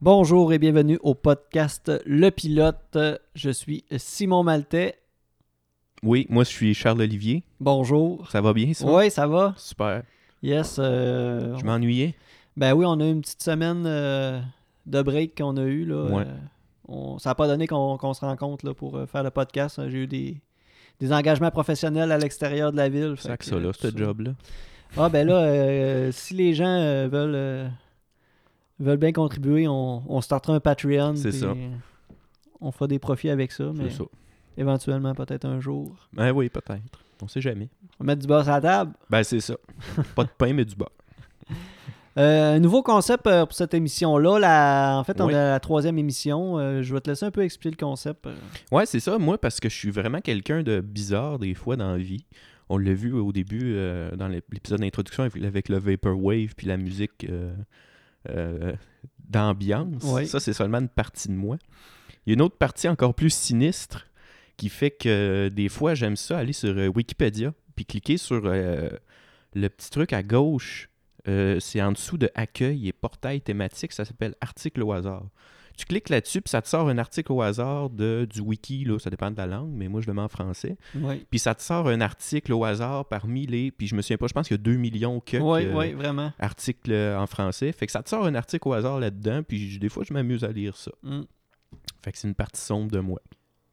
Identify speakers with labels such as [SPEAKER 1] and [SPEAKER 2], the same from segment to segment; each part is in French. [SPEAKER 1] Bonjour et bienvenue au podcast Le Pilote. Je suis Simon Maltais.
[SPEAKER 2] Oui, moi je suis Charles Olivier.
[SPEAKER 1] Bonjour.
[SPEAKER 2] Ça va bien ça?
[SPEAKER 1] Oui, ça va?
[SPEAKER 2] Super.
[SPEAKER 1] Yes. euh,
[SPEAKER 2] Je m'ennuyais.
[SPEAKER 1] Ben oui, on a eu une petite semaine euh, de break qu'on a eu. Là.
[SPEAKER 2] Ouais.
[SPEAKER 1] Euh, on- ça n'a pas donné qu'on qu'on se rencontre là, pour euh, faire le podcast. J'ai eu des, des engagements professionnels à l'extérieur de la ville.
[SPEAKER 2] C'est ça
[SPEAKER 1] Fait
[SPEAKER 2] que
[SPEAKER 1] que,
[SPEAKER 2] ça
[SPEAKER 1] euh,
[SPEAKER 2] là, ce
[SPEAKER 1] tout ça.
[SPEAKER 2] job-là.
[SPEAKER 1] Ah ben là, euh, si les gens euh, veulent euh, veulent bien contribuer, on, on startera un Patreon.
[SPEAKER 2] C'est
[SPEAKER 1] puis,
[SPEAKER 2] ça.
[SPEAKER 1] euh, On fera des profits avec ça, mais
[SPEAKER 2] C'est ça.
[SPEAKER 1] éventuellement peut-être un jour.
[SPEAKER 2] Ben oui, peut-être. On sait jamais.
[SPEAKER 1] On va mettre du boss à la table.
[SPEAKER 2] Ben c'est ça. pas de pain, mais du beurre.
[SPEAKER 1] Euh, un nouveau concept euh, pour cette émission-là. La... En fait, on
[SPEAKER 2] Oui.
[SPEAKER 1] est à la troisième émission. Euh, je vais te laisser un peu expliquer le concept. euh.
[SPEAKER 2] Ouais, c'est ça, moi, parce que je suis vraiment quelqu'un de bizarre des fois dans la vie. On l'a vu au début euh, dans l'ép- l'épisode d'introduction avec, avec le Vaporwave puis la musique euh, euh, d'ambiance.
[SPEAKER 1] Oui.
[SPEAKER 2] Ça, c'est seulement une partie de moi. Il y a une autre partie encore plus sinistre qui fait que euh, des fois, j'aime ça aller sur euh, Wikipédia puis cliquer sur euh, le petit truc à gauche. Euh, c'est en dessous de accueil et portail thématique. Ça s'appelle article au hasard. Tu cliques là-dessus, puis ça te sort un article au hasard de, du wiki, là, ça dépend de la langue, mais moi je le mets en français.
[SPEAKER 1] Oui,
[SPEAKER 2] Puis ça te sort un article au hasard parmi les. Puis je me souviens pas, je pense qu'il y a 2 millions que
[SPEAKER 1] oui,
[SPEAKER 2] que-
[SPEAKER 1] oui, vraiment.
[SPEAKER 2] articles euh, en français. Fait que ça te sort un article au hasard là-dedans, puis je- des fois je m'amuse à lire ça.
[SPEAKER 1] Mm.
[SPEAKER 2] Fait que c'est une partie sombre de moi.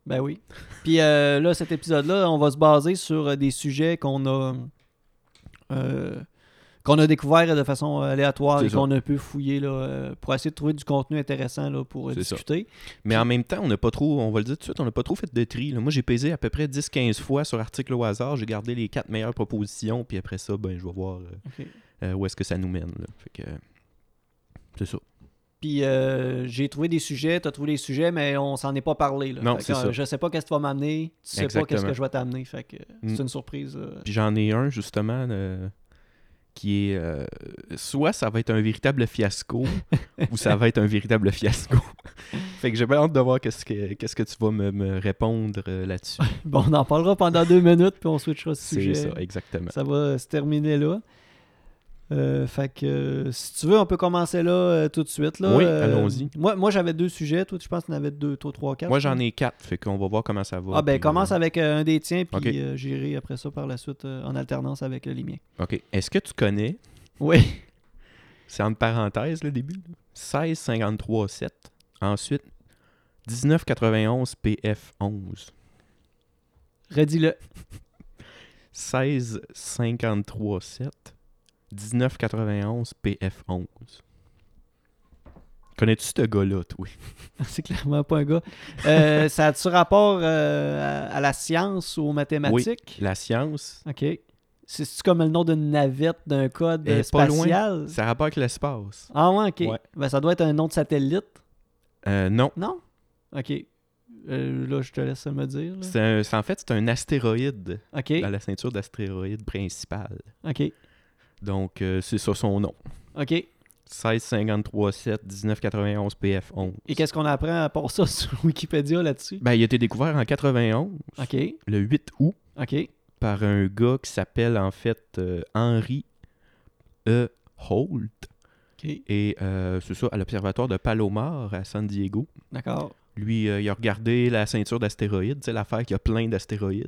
[SPEAKER 1] Ben oui. Puis euh, là, cet épisode-là, on va se baser sur euh, des sujets qu'on a euh, qu'on a découverts de façon euh, aléatoire
[SPEAKER 2] C'est
[SPEAKER 1] et
[SPEAKER 2] ça.
[SPEAKER 1] qu'on a pu fouiller là, euh, pour essayer de trouver du contenu intéressant là, pour euh,
[SPEAKER 2] C'est ça.
[SPEAKER 1] discuter.
[SPEAKER 2] Mais en même temps, on n'a pas trop, on va le dire tout de suite, on n'a pas trop fait de tri. là. Moi j'ai pesé à peu près 10-15 fois sur article au hasard, j'ai gardé les quatre meilleures propositions, puis après ça, ben je vais voir euh,
[SPEAKER 1] Ok.
[SPEAKER 2] euh, où est-ce que ça nous mène. là. Fait que. euh, C'est ça.
[SPEAKER 1] Puis euh, j'ai trouvé des sujets, t'as trouvé des sujets, mais on s'en est pas parlé. Là.
[SPEAKER 2] Non,
[SPEAKER 1] Fait que,
[SPEAKER 2] c'est
[SPEAKER 1] euh,
[SPEAKER 2] ça.
[SPEAKER 1] Je sais pas qu'est-ce que tu vas m'amener, tu sais pas qu'est-ce
[SPEAKER 2] Exactement.
[SPEAKER 1] que je vais t'amener. Fait que euh,
[SPEAKER 2] Mm.
[SPEAKER 1] c'est une surprise. euh.
[SPEAKER 2] Puis j'en ai un, justement, euh, qui est. euh, soit ça va être un véritable fiasco, ou ça va être un véritable fiasco. fait que j'ai bien hâte de voir qu'est-ce que, qu'est-ce que tu vas me, me répondre euh, là-dessus.
[SPEAKER 1] Bon, on en parlera pendant deux minutes, puis on switchera de sujet.
[SPEAKER 2] C'est ça, exactement.
[SPEAKER 1] Ça va se terminer là. Euh, fait que euh, si tu veux, on peut commencer là euh, tout de suite. Là.
[SPEAKER 2] Oui,
[SPEAKER 1] Euh,
[SPEAKER 2] allons-y.
[SPEAKER 1] Moi, moi j'avais deux sujets. Toi, tu penses qu'il y en avait deux, toi, trois, quatre.
[SPEAKER 2] Moi, j'en ai quatre, fait qu'on va voir comment ça va.
[SPEAKER 1] Ah, ben,
[SPEAKER 2] puis,
[SPEAKER 1] commence avec euh, un des tiens, puis
[SPEAKER 2] Ok.
[SPEAKER 1] euh, j'irai après ça par la suite euh, en alternance avec euh, les miens.
[SPEAKER 2] euh, OK. Est-ce que tu connais,
[SPEAKER 1] Oui.
[SPEAKER 2] c'est entre parenthèses le début, 16-53-7, ensuite 1991 PF11,
[SPEAKER 1] Redis-le.
[SPEAKER 2] 16-53-7, 1991 PF11. Connais-tu ce gars-là, toi?
[SPEAKER 1] C'est clairement pas un gars. Euh, ça a-tu rapport euh, à, à la science ou aux mathématiques?
[SPEAKER 2] La science,
[SPEAKER 1] OK. C'est-tu comme le nom d'une navette, d'un code
[SPEAKER 2] Eh,
[SPEAKER 1] euh,
[SPEAKER 2] pas loin.
[SPEAKER 1] spatial?
[SPEAKER 2] ça a rapport avec l'espace.
[SPEAKER 1] Ah ouais, OK.
[SPEAKER 2] Ouais.
[SPEAKER 1] Ben, ça doit être un nom de satellite,
[SPEAKER 2] Euh, non,
[SPEAKER 1] non? OK. Euh, là, je te laisse me dire. là.
[SPEAKER 2] c'est un- c'est- en fait, c'est un astéroïde
[SPEAKER 1] OK,
[SPEAKER 2] dans la ceinture d'astéroïdes principale.
[SPEAKER 1] OK,
[SPEAKER 2] Donc, euh, c'est ça son nom.
[SPEAKER 1] OK. Et
[SPEAKER 2] 16-53-7, 1991 PF11.
[SPEAKER 1] qu'est-ce qu'on apprend à part ça sur Wikipédia là-dessus?
[SPEAKER 2] Ben, il a été découvert en 91,
[SPEAKER 1] OK,
[SPEAKER 2] le 8 août,
[SPEAKER 1] OK,
[SPEAKER 2] par un gars qui s'appelle en fait euh, Henry E. Holt.
[SPEAKER 1] OK.
[SPEAKER 2] Et euh, c'est ça, à l'observatoire de Palomar à San Diego.
[SPEAKER 1] D'accord.
[SPEAKER 2] Lui, euh, il a regardé la ceinture d'astéroïdes, tu sais, l'affaire qui a plein d'astéroïdes.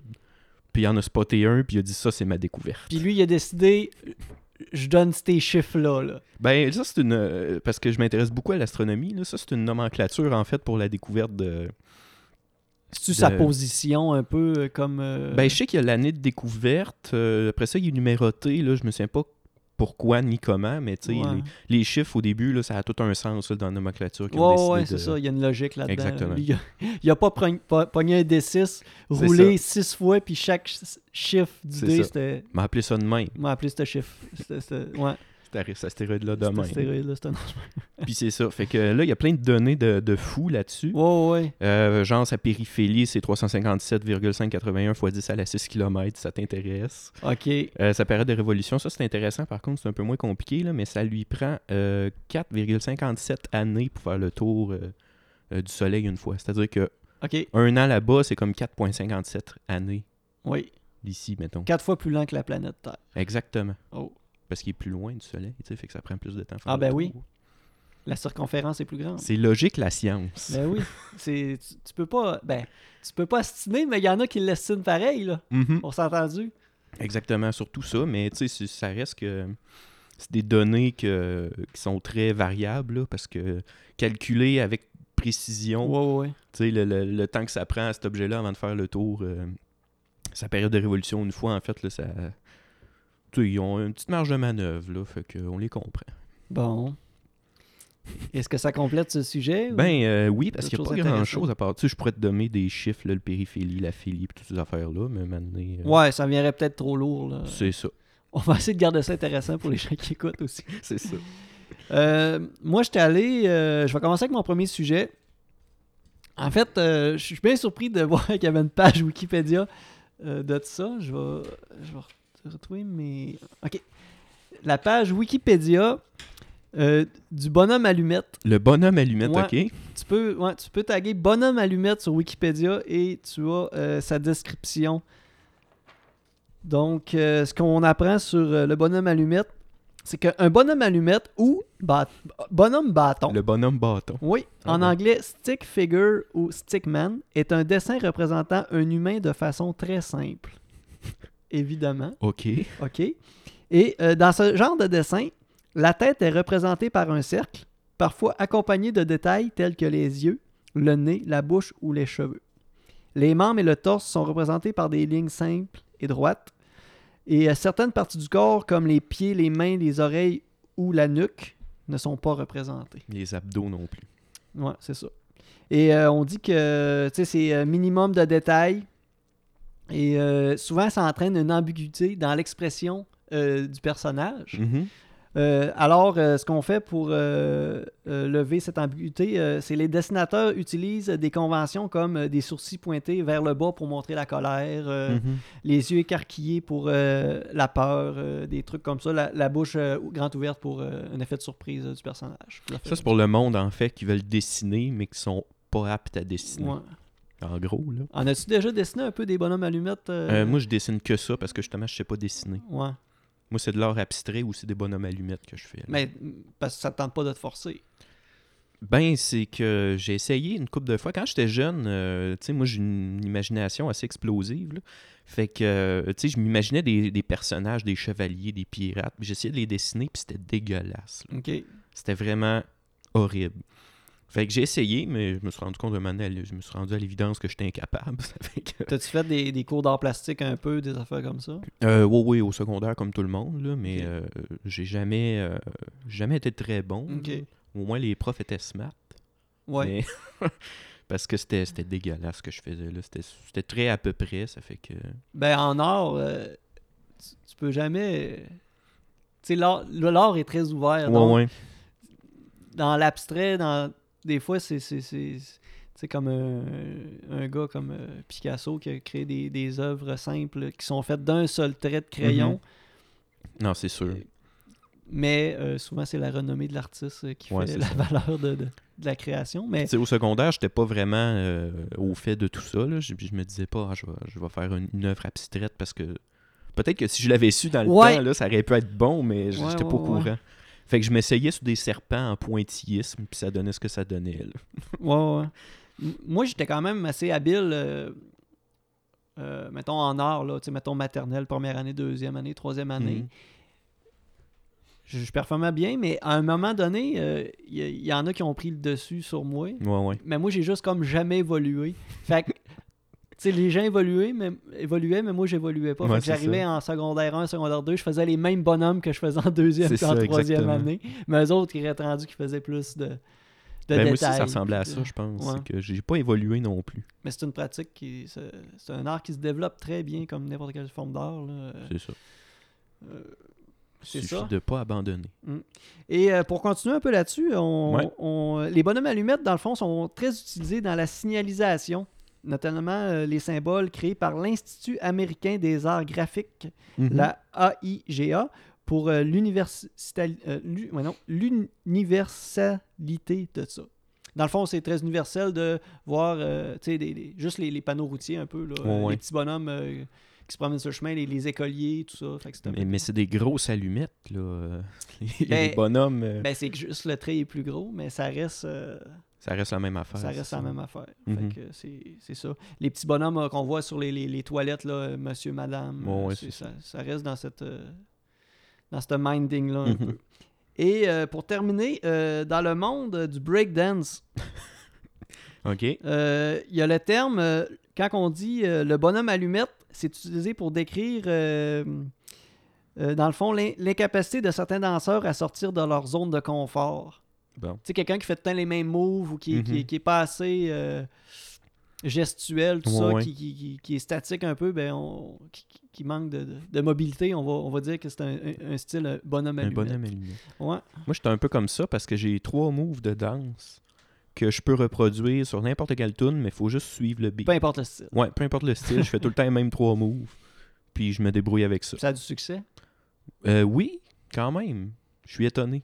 [SPEAKER 2] Puis il en a spoté un, puis il a dit ça, c'est ma découverte.
[SPEAKER 1] Puis lui, il a décidé, je donne ces chiffres-là. là.
[SPEAKER 2] Ben, ça, c'est une. euh, Parce que je m'intéresse beaucoup à l'astronomie, là, ça, c'est une nomenclature, en fait, pour la découverte de. euh,
[SPEAKER 1] C'est-tu
[SPEAKER 2] De-
[SPEAKER 1] sa position un peu euh, comme... euh,
[SPEAKER 2] Ben, je sais qu'il y a l'année de découverte. euh, après ça, il est numéroté, là, je me souviens pas pourquoi ni comment, mais tu sais,
[SPEAKER 1] ouais.
[SPEAKER 2] les, les chiffres au début, là, ça a tout un sens là, dans la nomenclature qu'ils ont
[SPEAKER 1] Ouais,
[SPEAKER 2] décidé
[SPEAKER 1] ouais,
[SPEAKER 2] de-
[SPEAKER 1] c'est ça. Il y a une logique là-dedans.
[SPEAKER 2] Exactement.
[SPEAKER 1] Lui, il a- il a pas pogn- po- pogné un D6,
[SPEAKER 2] C'est
[SPEAKER 1] roulé 6 fois, puis chaque ch- chiffre du
[SPEAKER 2] C'est
[SPEAKER 1] D,
[SPEAKER 2] ça.
[SPEAKER 1] c'était.
[SPEAKER 2] m'a appelé ça de même.
[SPEAKER 1] On m'a appelé ce chiffre. C'était- c'était- Ouais,
[SPEAKER 2] C'était cet astéroïde-là de
[SPEAKER 1] c'était
[SPEAKER 2] même.
[SPEAKER 1] stérile, là, c'était un-
[SPEAKER 2] Puis c'est ça. Fait que là, il y a plein de données de, de fous là-dessus.
[SPEAKER 1] Ouais, ouais.
[SPEAKER 2] Euh, genre, sa périphérie, c'est 357,581 fois 10 à la 6 km, ça t'intéresse.
[SPEAKER 1] Ok.
[SPEAKER 2] Euh, sa période de révolution, ça c'est intéressant, par contre, c'est un peu moins compliqué, là, mais ça lui prend euh, 4,57 années pour faire le tour euh, euh, du Soleil une fois. C'est-à-dire que
[SPEAKER 1] Ok.
[SPEAKER 2] un an là-bas, c'est comme 4,57 années
[SPEAKER 1] Oui.
[SPEAKER 2] d'ici, mettons.
[SPEAKER 1] Quatre fois plus lent que la planète Terre.
[SPEAKER 2] Exactement.
[SPEAKER 1] Oh.
[SPEAKER 2] Parce qu'il est plus loin du Soleil, tu sais, fait que ça prend plus de temps. à faire
[SPEAKER 1] Ah,
[SPEAKER 2] le
[SPEAKER 1] ben oui.
[SPEAKER 2] tour.
[SPEAKER 1] La circonférence est plus grande.
[SPEAKER 2] C'est logique, la science.
[SPEAKER 1] Ben oui. C'est, tu, tu peux pas. Ben, tu peux pas astiner, mais il y en a qui l'astinent pareil, là.
[SPEAKER 2] Mhm.
[SPEAKER 1] On s'est entendu.
[SPEAKER 2] Exactement, sur tout ça, mais tu sais, c'est- ça reste que c'est des données que- qui sont très variables, là, parce que calculer avec précision,
[SPEAKER 1] ouais, ouais.
[SPEAKER 2] tu sais, le, le- le temps que ça prend à cet objet-là avant de faire le tour, euh, sa période de révolution, une fois, en fait, là, ça... tu sais, ils ont une petite marge de manœuvre, là, fait qu'on les comprend.
[SPEAKER 1] Bon. Est-ce que ça complète ce sujet? ou-
[SPEAKER 2] Ben euh, oui, parce
[SPEAKER 1] D'autres choses
[SPEAKER 2] qu'il n'y a pas
[SPEAKER 1] intéressantes.
[SPEAKER 2] grand-chose à part. Tu sais, je pourrais te donner des chiffres, là, le périphélie, la philie, puis toutes ces affaires-là, mais maintenant, euh,
[SPEAKER 1] Ouais, ça viendrait peut-être trop lourd, là.
[SPEAKER 2] c'est ça.
[SPEAKER 1] On va essayer de garder ça intéressant pour les gens qui écoutent aussi.
[SPEAKER 2] C'est ça.
[SPEAKER 1] Euh, moi, j'étais allé. euh, je vais commencer avec mon premier sujet. En fait, euh, je suis bien surpris de voir qu'il y avait une page Wikipédia euh, de ça. Je vais, je vais re- retrouver mes. Ok. La page Wikipédia euh, du bonhomme allumette.
[SPEAKER 2] Le bonhomme allumette,
[SPEAKER 1] Ouais.
[SPEAKER 2] OK?
[SPEAKER 1] Tu peux, ouais, tu peux taguer bonhomme allumette sur Wikipédia et tu as euh, sa description. Donc, euh, ce qu'on apprend sur euh, le bonhomme allumette, c'est qu'un bonhomme allumette ou bat- bonhomme bâton,
[SPEAKER 2] Le bonhomme bâton.
[SPEAKER 1] oui,
[SPEAKER 2] Ah
[SPEAKER 1] en
[SPEAKER 2] ouais.
[SPEAKER 1] anglais stick figure ou stickman, est un dessin représentant un humain de façon très simple. Évidemment,
[SPEAKER 2] OK.
[SPEAKER 1] ok. Et euh, dans ce genre de dessin, la tête est représentée par un cercle, parfois accompagné de détails tels que les yeux, le nez, la bouche ou les cheveux. Les membres et le torse sont représentés par des lignes simples et droites. Et euh, certaines parties du corps, comme les pieds, les mains, les oreilles ou la nuque, ne sont pas représentées.
[SPEAKER 2] Les abdos non plus.
[SPEAKER 1] Ouais, c'est ça. Et euh, on dit que tu sais, c'est euh, minimum de détails. Et euh, souvent, ça entraîne une ambiguïté dans l'expression euh, du personnage.
[SPEAKER 2] Mmh.
[SPEAKER 1] Euh, alors, euh, ce qu'on fait pour euh, euh, lever cette ambiguïté, euh, c'est les dessinateurs utilisent des conventions comme euh, des sourcils pointés vers le bas pour montrer la colère, euh,
[SPEAKER 2] Mhm.
[SPEAKER 1] les yeux écarquillés pour euh, la peur, euh, des trucs comme ça, la, la bouche euh, grande ouverte pour euh, un effet de surprise euh, du personnage.
[SPEAKER 2] Ça, c'est pour le monde, en fait, qui veulent dessiner, mais qui sont pas aptes à dessiner.
[SPEAKER 1] Ouais.
[SPEAKER 2] En gros, là.
[SPEAKER 1] En as-tu déjà dessiné un peu des bonhommes allumettes euh,
[SPEAKER 2] Euh, moi, je dessine que ça parce que justement, je sais pas dessiner.
[SPEAKER 1] Ouais.
[SPEAKER 2] Moi, c'est de l'art abstrait ou c'est des bonhommes allumettes que je fais. là.
[SPEAKER 1] Mais mm, parce que ça te tente pas de te forcer.
[SPEAKER 2] Ben, c'est que j'ai essayé une couple de fois. Quand j'étais jeune, euh, tu sais, moi, j'ai une imagination assez explosive. là. Fait que, euh, tu sais, je m'imaginais des, des personnages, des chevaliers, des pirates. puis J'essayais de les dessiner, puis c'était dégueulasse. là.
[SPEAKER 1] OK.
[SPEAKER 2] C'était vraiment horrible. Fait que j'ai essayé, mais je me suis rendu compte de je me suis rendu à l'évidence que j'étais incapable. euh, Ça fait que-
[SPEAKER 1] T'as-tu fait des, des cours d'art plastique un peu, des affaires comme ça?
[SPEAKER 2] Euh, oui, oui, au secondaire comme tout le monde, là, mais
[SPEAKER 1] Ok.
[SPEAKER 2] euh, j'ai jamais, euh, jamais été très bon.
[SPEAKER 1] Ok.
[SPEAKER 2] là. Au moins, les profs étaient smart.
[SPEAKER 1] Ouais.
[SPEAKER 2] mais- Parce que c'était c'était dégueulasse ce que je faisais. là. C'était c'était très à peu près, ça fait que...
[SPEAKER 1] Ben, en art, euh, tu, tu peux jamais. Tu sais, l'art- le- l'art est très ouvert. donc,
[SPEAKER 2] Ouais, ouais.
[SPEAKER 1] Dans l'abstrait, dans... des fois, c'est. c'est- c'est- c'est comme un, un gars comme euh, Picasso qui a créé des, des œuvres simples qui sont faites d'un seul trait de crayon,
[SPEAKER 2] Non, c'est sûr.
[SPEAKER 1] mais euh, souvent c'est la renommée de l'artiste euh, qui
[SPEAKER 2] Ouais,
[SPEAKER 1] fait
[SPEAKER 2] c'est
[SPEAKER 1] la
[SPEAKER 2] ça.
[SPEAKER 1] valeur de, de- de la création. Mais
[SPEAKER 2] Tu sais, au secondaire, j'étais pas vraiment euh, au fait de tout ça. là. Je, je me disais pas, Ah, je, vais, je vais faire une, une œuvre abstraite parce que peut-être que si je l'avais su dans le
[SPEAKER 1] Ouais.
[SPEAKER 2] temps, là, ça aurait pu être bon, mais j-
[SPEAKER 1] Ouais,
[SPEAKER 2] j'étais
[SPEAKER 1] ouais,
[SPEAKER 2] pas au
[SPEAKER 1] ouais.
[SPEAKER 2] courant. Fait que je m'essayais sur des serpents en pointillisme, puis ça donnait ce que ça donnait. là.
[SPEAKER 1] Ouais, ouais. M- Moi, j'étais quand même assez habile, euh, euh, mettons en art, là, tu sais, mettons maternelle, première année, deuxième année, troisième année.
[SPEAKER 2] Mhm.
[SPEAKER 1] Je, je performais bien, mais à un moment donné, euh, il y, a- il y en a qui ont pris le dessus sur moi.
[SPEAKER 2] Mm. Ouais, ouais.
[SPEAKER 1] Mais moi, j'ai juste comme jamais évolué. Fait que, tu sais, les gens évoluaient, mais, évoluaient, mais moi, j'évoluais pas. Fait
[SPEAKER 2] Ouais,
[SPEAKER 1] que
[SPEAKER 2] c'est
[SPEAKER 1] j'arrivais en secondaire 1, secondaire 2, je faisais les mêmes bonhommes que je faisais en deuxième
[SPEAKER 2] C'est
[SPEAKER 1] puis en
[SPEAKER 2] ça,
[SPEAKER 1] troisième
[SPEAKER 2] exactement.
[SPEAKER 1] année. Mais eux autres, qui étaient rendus qui faisaient plus de, de détails.
[SPEAKER 2] Ben, moi aussi, ça ressemblait à ça, je pense.
[SPEAKER 1] Ouais.
[SPEAKER 2] C'est que j'ai pas évolué non plus.
[SPEAKER 1] Mais c'est une pratique qui. se- C'est un art qui se développe très bien comme n'importe quelle forme d'art. là.
[SPEAKER 2] C'est ça.
[SPEAKER 1] Euh, c'est
[SPEAKER 2] Suffit
[SPEAKER 1] ça.
[SPEAKER 2] de pas abandonner.
[SPEAKER 1] Et euh, pour continuer un peu là-dessus, on,
[SPEAKER 2] Ouais.
[SPEAKER 1] on- les bonhommes allumettes, dans le fond, sont très utilisés dans la signalisation, notamment euh, les symboles créés par l'Institut américain des arts graphiques,
[SPEAKER 2] Mhm.
[SPEAKER 1] la AIGA, pour euh, l'universitali- euh, l'u- ouais, non, l'universalité de ça. Dans le fond, c'est très universel de voir euh, tu sais, des- des- juste les, les panneaux routiers un peu, là,
[SPEAKER 2] Ouais, ouais.
[SPEAKER 1] les petits bonhommes euh, qui qui se promènent sur le chemin, les, les écoliers, tout ça. Fait que c'est un peu-
[SPEAKER 2] Mais, mais c'est des grosses allumettes, là. euh, Les
[SPEAKER 1] Ben-
[SPEAKER 2] bonhommes, euh,
[SPEAKER 1] Ben, c'est que juste le trait est plus gros, mais ça reste, euh,
[SPEAKER 2] ça reste la même affaire.
[SPEAKER 1] ça Mm-hmm. reste la même affaire. Fait
[SPEAKER 2] Mhm.
[SPEAKER 1] que c'est- c'est ça. Les petits bonhommes euh, qu'on voit sur les, les- les toilettes, là, euh, monsieur, madame,
[SPEAKER 2] Ouais,
[SPEAKER 1] euh,
[SPEAKER 2] ouais,
[SPEAKER 1] c'est-
[SPEAKER 2] c'est
[SPEAKER 1] ça, ça reste dans cette euh, dans ce minding-là un
[SPEAKER 2] Mhm.
[SPEAKER 1] peu. Et euh, pour terminer, euh, dans le monde euh, du breakdance,
[SPEAKER 2] OK.
[SPEAKER 1] euh, il y a le terme, euh, quand on dit euh, le bonhomme allumette, c'est utilisé pour décrire, euh, euh, dans le fond, l'in- l'incapacité de certains danseurs à sortir de leur zone de confort.
[SPEAKER 2] Bon.
[SPEAKER 1] Tu sais, quelqu'un qui fait tout le temps les mêmes moves ou qui,
[SPEAKER 2] Mhm.
[SPEAKER 1] qui, qui est pas assez euh, gestuel, tout
[SPEAKER 2] Ouais,
[SPEAKER 1] ça,
[SPEAKER 2] ouais.
[SPEAKER 1] Qui, qui- qui- qui est statique un peu, ben on, qui, qui- qui manque de, de- de mobilité, on va, on va dire que c'est un, un- un style euh, bonhomme à
[SPEAKER 2] Un
[SPEAKER 1] lunettes.
[SPEAKER 2] bonhomme allumé.
[SPEAKER 1] Ouais.
[SPEAKER 2] Moi, j'étais un peu comme ça parce que j'ai trois moves de danse que je peux reproduire sur n'importe quelle tune, mais il faut juste suivre le beat.
[SPEAKER 1] Peu importe le style.
[SPEAKER 2] Ouais, peu importe le style, je fais tout le temps les mêmes trois moves, puis je me débrouille avec ça.
[SPEAKER 1] Ça a du succès.
[SPEAKER 2] Euh, oui, quand même. Je suis étonné.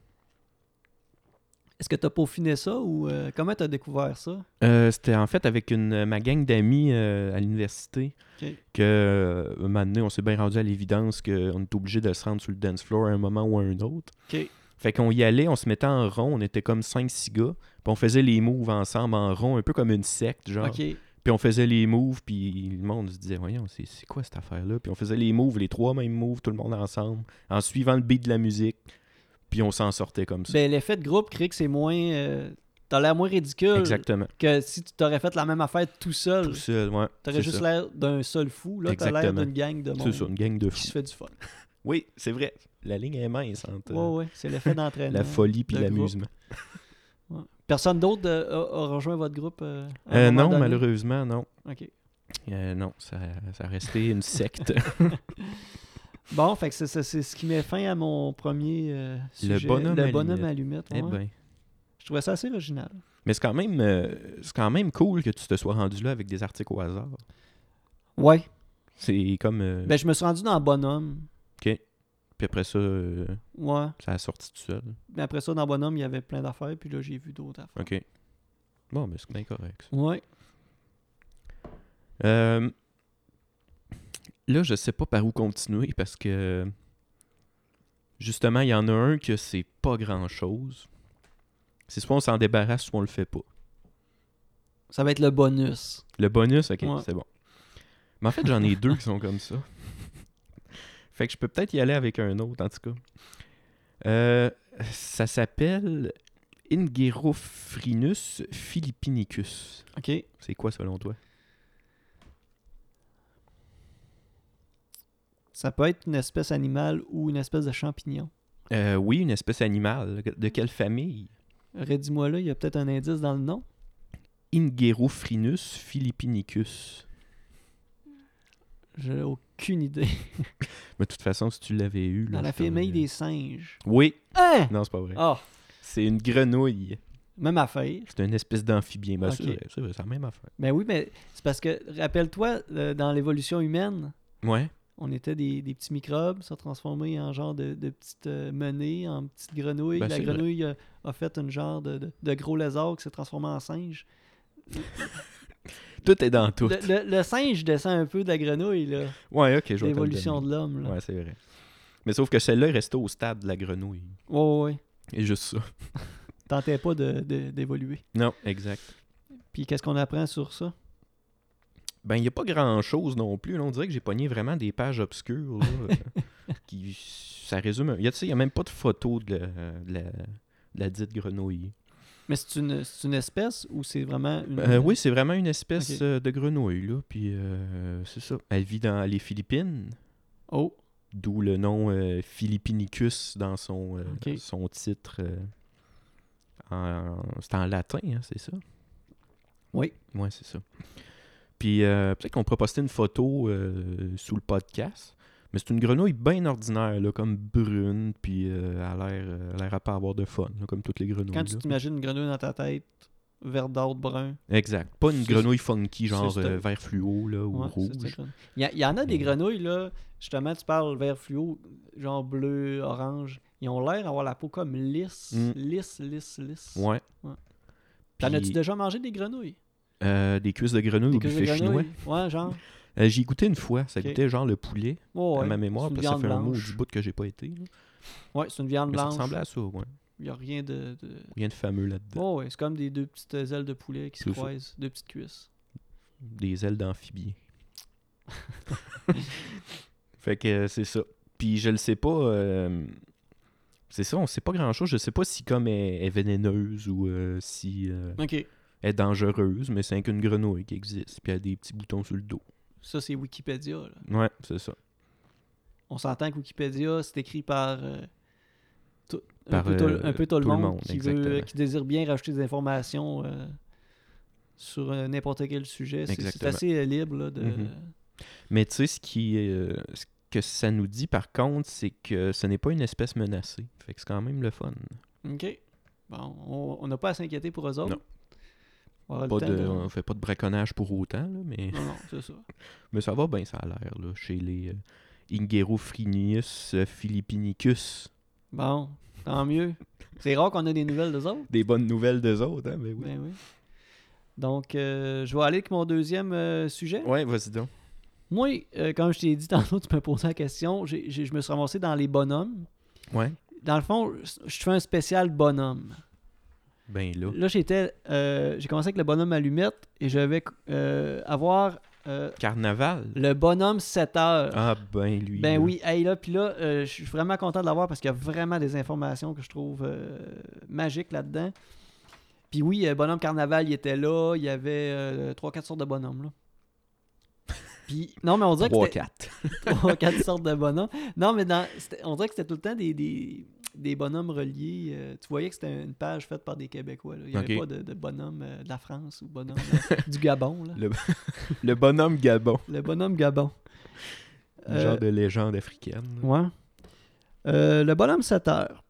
[SPEAKER 1] Est-ce que tu as peaufiné ça ou euh, comment tu as découvert ça?
[SPEAKER 2] Euh, C'était en fait avec une, ma gang d'amis euh, à l'université
[SPEAKER 1] Ok.
[SPEAKER 2] que, euh, un moment donné, on s'est bien rendu à l'évidence qu'on est obligé de se rendre sur le dance floor à un moment ou à un autre.
[SPEAKER 1] Ok.
[SPEAKER 2] Fait qu'on y allait, on se mettait en rond, on était comme 5-6 gars, puis on faisait les moves ensemble en rond, un peu comme une secte, genre.
[SPEAKER 1] Ok.
[SPEAKER 2] Puis on faisait les moves, puis le monde se disait, voyons, c'est c'est quoi cette affaire-là? Puis on faisait les moves, les trois mêmes moves, tout le monde ensemble, en suivant le beat de la musique, puis on s'en sortait comme ça.
[SPEAKER 1] Ben, l'effet de groupe crée que c'est moins. euh, t'as l'air moins ridicule
[SPEAKER 2] Exactement.
[SPEAKER 1] que si tu t'aurais fait la même affaire tout seul.
[SPEAKER 2] Tout seul, ouais.
[SPEAKER 1] T'aurais
[SPEAKER 2] c'est
[SPEAKER 1] juste
[SPEAKER 2] ça.
[SPEAKER 1] l'air d'un seul fou. Là, t'as l'air
[SPEAKER 2] Exactement.
[SPEAKER 1] d'une gang de
[SPEAKER 2] C'est ça,
[SPEAKER 1] monde
[SPEAKER 2] une gang de fous.
[SPEAKER 1] qui se fait du fun.
[SPEAKER 2] Oui, c'est vrai. La ligne est mince entre euh,
[SPEAKER 1] Ouais, ouais. C'est l'effet d'entraînement.
[SPEAKER 2] la folie puis
[SPEAKER 1] de groupe.
[SPEAKER 2] l'amusement.
[SPEAKER 1] Ouais. Personne d'autre euh, a, a rejoint votre groupe euh, à un
[SPEAKER 2] Euh,
[SPEAKER 1] moment
[SPEAKER 2] non,
[SPEAKER 1] donné?
[SPEAKER 2] malheureusement, non.
[SPEAKER 1] Ok.
[SPEAKER 2] Euh, non, ça, ça a resté une secte.
[SPEAKER 1] Bon, fait que c'est- c'est c'est ce qui met fin à mon premier euh, sujet.
[SPEAKER 2] bonhomme à
[SPEAKER 1] à lunettes.
[SPEAKER 2] Eh
[SPEAKER 1] ouais.
[SPEAKER 2] ben.
[SPEAKER 1] Je trouvais ça assez original.
[SPEAKER 2] Mais c'est quand, même, euh, c'est quand même cool que tu te sois rendu là avec des articles au hasard.
[SPEAKER 1] Ouais.
[SPEAKER 2] C'est comme... euh,
[SPEAKER 1] Ben, je me suis rendu dans Bonhomme.
[SPEAKER 2] Puis après ça, euh,
[SPEAKER 1] Ouais.
[SPEAKER 2] ça a sorti tout seul.
[SPEAKER 1] Mais après ça, dans Bonhomme, il y avait plein d'affaires, puis là, j'ai vu d'autres affaires.
[SPEAKER 2] OK. Bon, mais c'est bien correct. ça.
[SPEAKER 1] Ouais.
[SPEAKER 2] Euh, là, je sais pas par où continuer parce que justement, il y en a un que c'est pas grand chose. C'est soit on s'en débarrasse, soit on le fait pas.
[SPEAKER 1] Ça va être le bonus.
[SPEAKER 2] Le bonus, ok,
[SPEAKER 1] Ouais.
[SPEAKER 2] c'est bon. Mais en fait, j'en ai deux qui sont comme ça. fait que je peux peut-être y aller avec un autre, en tout cas. Euh, ça s'appelle Ingerophrynus philippinicus.
[SPEAKER 1] OK.
[SPEAKER 2] C'est quoi selon toi?
[SPEAKER 1] Ça peut être une espèce animale ou une espèce de champignon.
[SPEAKER 2] Euh, oui, une espèce animale. De quelle famille?
[SPEAKER 1] Redis-moi là, il y a peut-être un indice dans le nom.
[SPEAKER 2] Ingerophrynus philippinicus.
[SPEAKER 1] J'ai aucune idée.
[SPEAKER 2] Mais de toute façon, si tu l'avais eu... là,
[SPEAKER 1] Dans la
[SPEAKER 2] je t'aurais-
[SPEAKER 1] famille des singes.
[SPEAKER 2] Oui!
[SPEAKER 1] Hein?
[SPEAKER 2] Non, c'est pas vrai.
[SPEAKER 1] Ah!
[SPEAKER 2] C'est une grenouille.
[SPEAKER 1] Même affaire.
[SPEAKER 2] C'est une espèce d'amphibien. Ben,
[SPEAKER 1] Ok.
[SPEAKER 2] c'est vrai, c'est vrai, c'est la même affaire.
[SPEAKER 1] Ben oui, mais c'est parce que, rappelle-toi, euh, dans l'évolution humaine,
[SPEAKER 2] Ouais.
[SPEAKER 1] on était des, des petits microbes, ça transformé en genre de, de petites euh, menées, en petites grenouilles.
[SPEAKER 2] Ben,
[SPEAKER 1] La
[SPEAKER 2] c'est vrai.
[SPEAKER 1] grenouille euh, a, fait un genre de, de- de gros lézard qui s'est transformé en singe.
[SPEAKER 2] Tout est dans tout.
[SPEAKER 1] Le, le- le singe descend un peu de la grenouille, là.
[SPEAKER 2] Ouais, ok, je vais te le
[SPEAKER 1] L'évolution
[SPEAKER 2] donner.
[SPEAKER 1] de l'homme, là.
[SPEAKER 2] Ouais, c'est vrai. Mais sauf que celle-là est restée au stade de la grenouille.
[SPEAKER 1] Ouais, ouais, ouais.
[SPEAKER 2] Et juste ça.
[SPEAKER 1] Tentait pas de- de- d'évoluer.
[SPEAKER 2] Non, exact.
[SPEAKER 1] Puis qu'est-ce qu'on apprend sur ça?
[SPEAKER 2] Ben, il n'y a pas grand-chose non plus. là. On dirait que j'ai pogné vraiment des pages obscures. là, euh, qui, ça résume. Il n'y a même pas de photo de la, de la- de la dite grenouille.
[SPEAKER 1] Mais c'est une, c'est une espèce ou c'est vraiment une...
[SPEAKER 2] Euh, oui, c'est vraiment une espèce
[SPEAKER 1] Mm-hmm. Ok.
[SPEAKER 2] euh, de grenouille. Là, puis, euh, c'est ça. Elle vit dans les Philippines,
[SPEAKER 1] Oh,
[SPEAKER 2] d'où le nom euh, Philippinicus dans son, euh,
[SPEAKER 1] Ok.
[SPEAKER 2] son titre. euh, en- c'est en latin, hein, c'est ça?
[SPEAKER 1] oui.
[SPEAKER 2] Ouais, c'est ça. Puis euh, peut-être qu'on pourrait poster une photo euh, sous le podcast. Mais c'est une grenouille bien ordinaire, là, comme brune, puis euh, elle a l'air euh, elle a l'air à pas avoir de fun, là, comme toutes les grenouilles.
[SPEAKER 1] Quand tu
[SPEAKER 2] là.
[SPEAKER 1] t'imagines une grenouille dans ta tête, vert d'or, brun,
[SPEAKER 2] Exact. Pas une
[SPEAKER 1] C'est-
[SPEAKER 2] grenouille funky, genre
[SPEAKER 1] c'est-
[SPEAKER 2] euh, vert fluo là, ou
[SPEAKER 1] Ouais, c'est ça,
[SPEAKER 2] rouge.
[SPEAKER 1] comme- Il y, a- il y en a des
[SPEAKER 2] Mais-
[SPEAKER 1] grenouilles, là, justement, tu parles vert fluo, genre bleu, orange. Ils ont l'air d'avoir la peau comme lisse,
[SPEAKER 2] Mm.
[SPEAKER 1] lisse, lisse, lisse.
[SPEAKER 2] Ouais.
[SPEAKER 1] Ouais. T'en as-tu
[SPEAKER 2] Puis,
[SPEAKER 1] déjà mangé des grenouilles?
[SPEAKER 2] euh, des cuisses de grenouille
[SPEAKER 1] Des
[SPEAKER 2] au
[SPEAKER 1] queues de
[SPEAKER 2] buffet chinois.
[SPEAKER 1] grenouille? Ouais, genre.
[SPEAKER 2] Euh, J'ai goûté une fois. Ça
[SPEAKER 1] Ok.
[SPEAKER 2] goûtait genre le poulet,
[SPEAKER 1] Oh,
[SPEAKER 2] à
[SPEAKER 1] ouais.
[SPEAKER 2] ma mémoire,
[SPEAKER 1] C'est une
[SPEAKER 2] parce que ça
[SPEAKER 1] viande
[SPEAKER 2] fait un mot
[SPEAKER 1] blanche.
[SPEAKER 2] du bout que j'ai pas été. là.
[SPEAKER 1] Ouais, c'est une viande
[SPEAKER 2] Mais ça
[SPEAKER 1] blanche.
[SPEAKER 2] ressemblait à ça, ouais.
[SPEAKER 1] Il n'y a rien de. de-
[SPEAKER 2] Rien de fameux là-dedans.
[SPEAKER 1] Oh, ouais, c'est comme des deux petites ailes de poulet qui se
[SPEAKER 2] C'est ça.
[SPEAKER 1] croisent, deux petites cuisses.
[SPEAKER 2] Des ailes d'amphibien. fait que euh, c'est ça. Puis je le sais pas. euh, C'est ça, on sait pas grand-chose. Je sais pas si comme elle est vénéneuse ou euh, si euh,
[SPEAKER 1] Ok,
[SPEAKER 2] elle est dangereuse, mais c'est qu'une grenouille qui existe. Puis elle a des petits boutons sur le dos.
[SPEAKER 1] ça c'est Wikipédia. là.
[SPEAKER 2] Ouais, c'est ça.
[SPEAKER 1] On s'entend que Wikipédia, c'est écrit par. euh, tout- un,
[SPEAKER 2] Par,
[SPEAKER 1] peu tout,
[SPEAKER 2] euh,
[SPEAKER 1] un peu tout le
[SPEAKER 2] tout le
[SPEAKER 1] monde,
[SPEAKER 2] monde,
[SPEAKER 1] qui, veut-
[SPEAKER 2] exactement.
[SPEAKER 1] qui désire bien rajouter des informations euh, sur euh, n'importe quel sujet. C'est- C'est
[SPEAKER 2] Exactement.
[SPEAKER 1] assez euh, libre là, de.
[SPEAKER 2] Mhm. Mais tu sais, ce qui est, euh, ce que ça nous dit par contre, c'est que ce n'est pas une espèce menacée. Fait que c'est quand même le fun.
[SPEAKER 1] OK. Bon, on- on n'a pas à s'inquiéter pour eux autres.
[SPEAKER 2] Mm-hmm. Non.
[SPEAKER 1] On aura le
[SPEAKER 2] Pas
[SPEAKER 1] temps
[SPEAKER 2] de,
[SPEAKER 1] de-
[SPEAKER 2] on fait pas de braconnage pour autant, là, mais,
[SPEAKER 1] Non, non, c'est ça.
[SPEAKER 2] mais ça va bien, ça a l'air, là, chez les euh, Ingerophrinius euh, philippinicus.
[SPEAKER 1] Bon, tant mieux. C'est rare qu'on a des nouvelles d'eux autres.
[SPEAKER 2] Des bonnes nouvelles d'eux autres, hein, mais oui.
[SPEAKER 1] Ben oui. Donc, euh, je vais aller avec mon deuxième euh, sujet.
[SPEAKER 2] Ouais, vas-y donc.
[SPEAKER 1] Moi, euh, comme je t'ai dit tantôt, tu me posais la question, j'ai- j'ai- je me suis ramassé dans les bonhommes.
[SPEAKER 2] Ouais.
[SPEAKER 1] Dans le fond, je fais un spécial bonhomme.
[SPEAKER 2] Ben là.
[SPEAKER 1] Là, j'étais, euh, j'ai commencé avec le bonhomme allumette et je vais euh, avoir euh,
[SPEAKER 2] Carnaval.
[SPEAKER 1] le bonhomme 7 heures.
[SPEAKER 2] Ah ben lui.
[SPEAKER 1] Ben
[SPEAKER 2] là.
[SPEAKER 1] oui, hey là, puis là, euh, je suis vraiment content de l'avoir parce qu'il y a vraiment des informations que je trouve euh, magiques là-dedans. Puis oui, euh, Bonhomme Carnaval, il était là, il y avait 3-4 sortes de bonhommes, là. Puis, non, mais on dirait que
[SPEAKER 2] Trois,
[SPEAKER 1] c'était
[SPEAKER 2] quatre.
[SPEAKER 1] 3-4 sortes de bonhommes. Non, mais dans, c'était- on dirait que c'était tout le temps des, des, des bonhommes reliés. euh, tu voyais que c'était une page faite par des Québécois, là. Il n'y avait
[SPEAKER 2] Ok.
[SPEAKER 1] pas de, de bonhomme euh, de la France ou bonhomme euh, du Gabon, là.
[SPEAKER 2] Le- Le bonhomme Gabon.
[SPEAKER 1] Le bonhomme Gabon.
[SPEAKER 2] Un
[SPEAKER 1] Euh,
[SPEAKER 2] Genre de légende africaine. là.
[SPEAKER 1] Ouais. Euh, le bonhomme 7 heures.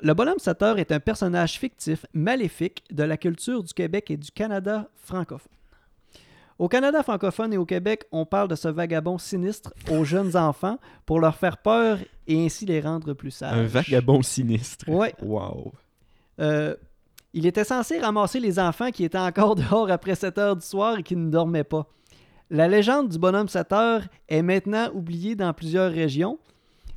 [SPEAKER 1] Le bonhomme 7 heures est un personnage fictif maléfique de la culture du Québec et du Canada francophone. Au Canada francophone et au Québec, on parle de ce vagabond sinistre aux jeunes enfants pour leur faire peur et ainsi les rendre plus sages.
[SPEAKER 2] Un vagabond sinistre.
[SPEAKER 1] Ouais.
[SPEAKER 2] Wow.
[SPEAKER 1] Euh, il était censé ramasser les enfants qui étaient encore dehors après 7 heures du soir et qui ne dormaient pas. La légende du bonhomme 7 heures est maintenant oubliée dans plusieurs régions,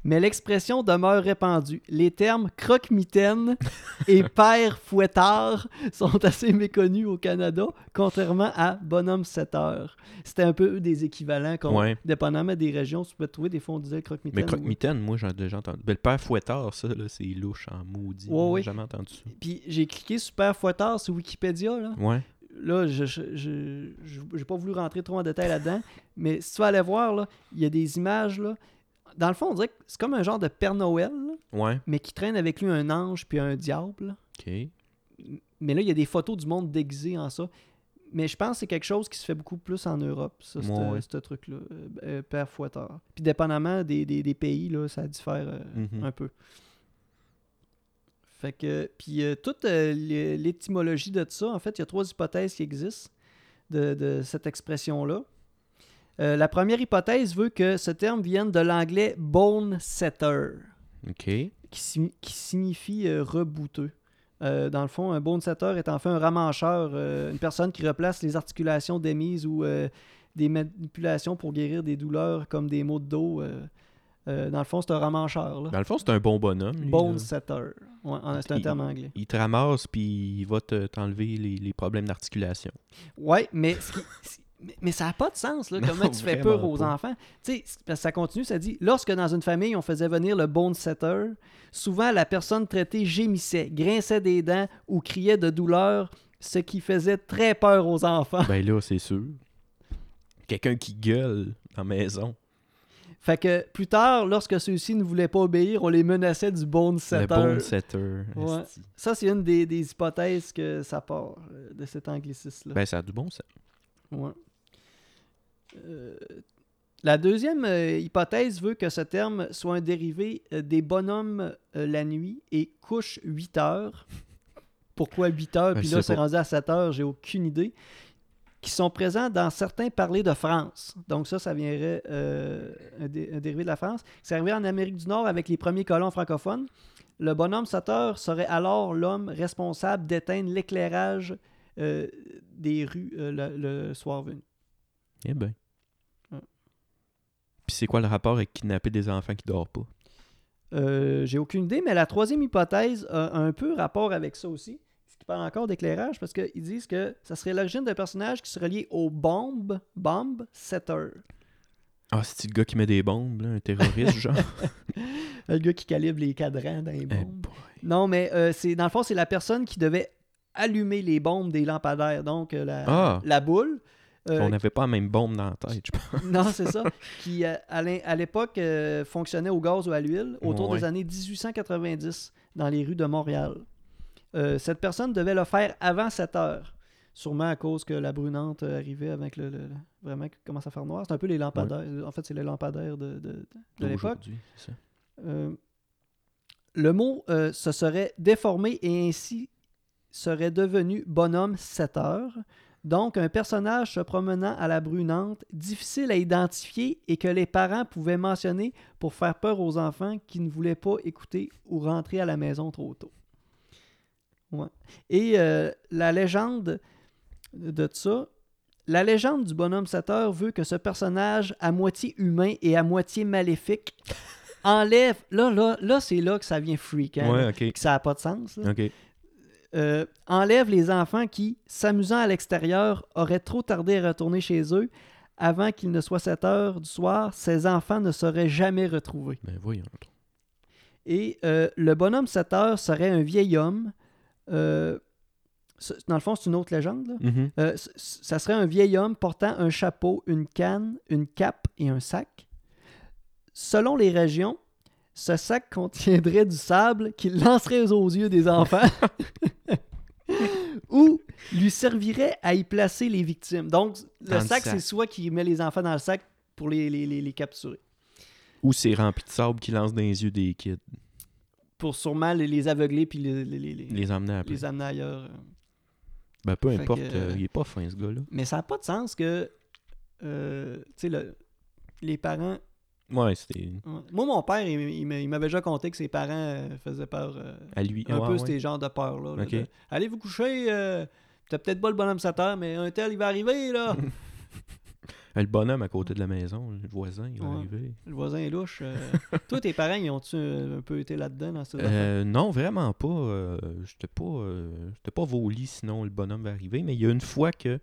[SPEAKER 1] mais l'expression demeure répandue. Les termes croque-mitaine et père fouettard sont assez méconnus au Canada, contrairement à bonhomme 7 heures. C'était un peu des équivalents, qu'on-
[SPEAKER 2] Ouais.
[SPEAKER 1] dépendamment des régions, tu peux trouver des fois on disait croque-mitaine.
[SPEAKER 2] Mais croque-mitaine, moi, j'en ai déjà entendu. Ben, le père Fouettard, ça, là, c'est louche en maudit.
[SPEAKER 1] Ouais,
[SPEAKER 2] J'ai
[SPEAKER 1] ouais.
[SPEAKER 2] jamais entendu ça.
[SPEAKER 1] Puis j'ai cliqué super fouettard sur Wikipédia, là.
[SPEAKER 2] Ouais.
[SPEAKER 1] là, je je- je- je- j'ai pas voulu rentrer trop en détail là-dedans, mais si tu vas aller voir, là, il y a des images. Là. Dans le fond, on dirait que c'est comme un genre de Père Noël, là,
[SPEAKER 2] Ouais.
[SPEAKER 1] mais qui traîne avec lui un ange puis un diable.
[SPEAKER 2] OK.
[SPEAKER 1] Mais là, il y a des photos du monde déguisé en ça. Mais je pense que c'est quelque chose qui se fait beaucoup plus en Europe, ça, ce-
[SPEAKER 2] Ouais, ouais.
[SPEAKER 1] ce truc-là, euh, euh, Père Fouettard. Puis dépendamment des, des- des pays, là, ça diffère euh,
[SPEAKER 2] Mhm.
[SPEAKER 1] un peu. Fait que, puis euh, toute euh, l'é- l'étymologie de ça, en fait, il y a trois hypothèses qui existent de, de cette expression-là. Euh, la première hypothèse veut que ce terme vienne de l'anglais bone setter,
[SPEAKER 2] OK.
[SPEAKER 1] qui, si- qui signifie euh, rebouteux. Euh, dans le fond, un bone setter est en fait un ramancheur, euh, une personne qui replace les articulations démises ou euh, des manipulations pour guérir des douleurs comme des maux de dos. euh. Euh, dans le fond, c'est un ramancheur. Là.
[SPEAKER 2] Dans le fond, c'est un bon bonhomme. lui,
[SPEAKER 1] Bone
[SPEAKER 2] là.
[SPEAKER 1] setter. Ouais, en- c'est un
[SPEAKER 2] Il-
[SPEAKER 1] terme anglais.
[SPEAKER 2] Il te ramasse, puis il va te- t'enlever les, les problèmes d'articulation.
[SPEAKER 1] Ouais, mais, ce qui- c'est- mais- mais ça n'a pas de sens, là,
[SPEAKER 2] Non,
[SPEAKER 1] comment tu fais peur
[SPEAKER 2] vraiment
[SPEAKER 1] aux
[SPEAKER 2] pas.
[SPEAKER 1] enfants. Tu sais, c'est- parce que ça continue, ça dit Lorsque dans une famille, on faisait venir le bone setter, souvent la personne traitée gémissait, grinçait des dents ou criait de douleur, ce qui faisait très peur aux enfants.
[SPEAKER 2] ben là, c'est sûr. Quelqu'un qui gueule dans la maison.
[SPEAKER 1] Fait que plus tard, lorsque ceux-ci ne voulaient pas obéir, on les menaçait du bone setter.
[SPEAKER 2] le bon setter.
[SPEAKER 1] Ouais.
[SPEAKER 2] esti.
[SPEAKER 1] Ça, c'est une des, des hypothèses que ça part euh, de cet anglicisme-là.
[SPEAKER 2] Ben, ça a du bon sens.
[SPEAKER 1] Ouais. Euh, la deuxième euh, hypothèse veut que ce terme soit un dérivé euh, des bonhommes euh, la nuit et couche 8 heures. Pourquoi 8 heures?
[SPEAKER 2] Ben,
[SPEAKER 1] Puis
[SPEAKER 2] je
[SPEAKER 1] là,
[SPEAKER 2] sais
[SPEAKER 1] c'est
[SPEAKER 2] pas.
[SPEAKER 1] rendu à 7 heures, j'ai aucune idée. Qui sont présents dans certains parlers de France. Donc, ça, ça viendrait euh, un, dé- un dérivé de la France. C'est arrivé en Amérique du Nord avec les premiers colons francophones. Le bonhomme 7 heures serait alors l'homme responsable d'éteindre l'éclairage euh, des rues euh, le, le soir venu.
[SPEAKER 2] Eh ben.
[SPEAKER 1] Ouais.
[SPEAKER 2] Puis c'est quoi le rapport avec kidnapper des enfants qui dorment pas?
[SPEAKER 1] Euh, J'ai aucune idée, mais la troisième hypothèse a un peu rapport avec ça aussi, ce qui parle encore d'éclairage, parce qu'ils disent que ça serait l'origine d'un personnage qui serait lié aux bombes, bomb setter. Euh,
[SPEAKER 2] Ah, c'est-tu le gars qui met des bombes, là, un terroriste, genre?
[SPEAKER 1] Le gars qui calibre les cadrans dans les
[SPEAKER 2] Eh
[SPEAKER 1] bombes.
[SPEAKER 2] boy.
[SPEAKER 1] Non, mais euh, c'est dans le fond, c'est la personne qui devait allumer les bombes des lampadaires, donc euh, la,
[SPEAKER 2] Ah!
[SPEAKER 1] la boule. euh,
[SPEAKER 2] On n'avait pas la même bombe dans la tête, je pense.
[SPEAKER 1] Non, c'est ça. Qui, à, à l'in- à l'époque, euh, fonctionnait au gaz ou à l'huile autour
[SPEAKER 2] Ouais.
[SPEAKER 1] des années 1890 dans les rues de Montréal. Euh, cette personne devait le faire avant 7 heures. Sûrement à cause que la brunante euh, arrivait avec le, le- le- vraiment qui commence à faire noir. C'est un peu les lampadaires. En fait, c'est les lampadaires de, de- de- de l'époque.
[SPEAKER 2] Aujourd'hui, c'est ça.
[SPEAKER 1] Euh, le mot euh, se serait déformé et ainsi serait devenu bonhomme 7 heures. Donc, un personnage se promenant à la brunante, difficile à identifier et que les parents pouvaient mentionner pour faire peur aux enfants qui ne voulaient pas écouter ou rentrer à la maison trop tôt. Ouais. Et euh, la légende de ça, la légende du bonhomme 7 heures veut que ce personnage à moitié humain et à moitié maléfique enlève. Là, là, là c'est là que ça vient freak, hein,
[SPEAKER 2] Ouais, ok.
[SPEAKER 1] que ça n'a pas de sens. là.
[SPEAKER 2] Ok.
[SPEAKER 1] Euh, enlève les enfants qui, s'amusant à l'extérieur, auraient trop tardé à retourner chez eux. Avant qu'il ne soit 7 heures du soir, ces enfants ne seraient jamais retrouvés.
[SPEAKER 2] Ben voyons.
[SPEAKER 1] Et euh, le bonhomme 7 heures serait un vieil homme. euh, ce- dans le fond, c'est une autre légende. là.
[SPEAKER 2] Mhm.
[SPEAKER 1] Euh, c- c- ça serait un vieil homme portant un chapeau, une canne, une cape et un sac. Selon les régions, ce sac contiendrait du sable qu'il lancerait aux yeux des enfants ou lui servirait à y placer les victimes. Donc, le
[SPEAKER 2] Dans le
[SPEAKER 1] sac,
[SPEAKER 2] sac.
[SPEAKER 1] c'est soit qu'il met les enfants dans le sac pour les, les- les- les capturer,
[SPEAKER 2] Ou c'est rempli de sable qui lance dans les yeux des kids.
[SPEAKER 1] pour sûrement les, les aveugler puis les, les- les- les-
[SPEAKER 2] Les emmener à la
[SPEAKER 1] les
[SPEAKER 2] place.
[SPEAKER 1] amener ailleurs.
[SPEAKER 2] Ben peu
[SPEAKER 1] Fait
[SPEAKER 2] importe,
[SPEAKER 1] que-
[SPEAKER 2] euh, il est pas fin ce gars-là.
[SPEAKER 1] Mais ça n'a pas de sens que euh, tu sais, le- les parents
[SPEAKER 2] Ouais, c'était
[SPEAKER 1] Ouais. Moi, mon père, il, il m'a- il m'avait déjà conté que ses parents euh, faisaient peur. euh,
[SPEAKER 2] à lui.
[SPEAKER 1] un
[SPEAKER 2] Ouais,
[SPEAKER 1] peu,
[SPEAKER 2] ouais.
[SPEAKER 1] c'était genre de peur. Là, là,
[SPEAKER 2] Ok.
[SPEAKER 1] de, Allez vous coucher. euh, T'as peut-être pas le bonhomme Satan, mais un tel, il va arriver. là.
[SPEAKER 2] Le bonhomme à côté de la maison, le voisin, il est
[SPEAKER 1] Ouais.
[SPEAKER 2] arrivé.
[SPEAKER 1] le voisin est louche. euh. Toi, tes parents, ils ont-tu euh, un peu été là-dedans? dans cette affaire?
[SPEAKER 2] Euh, non, vraiment pas. euh, j'étais pas, euh, j'étais pas voli, sinon le bonhomme va arriver. Mais il y a une fois que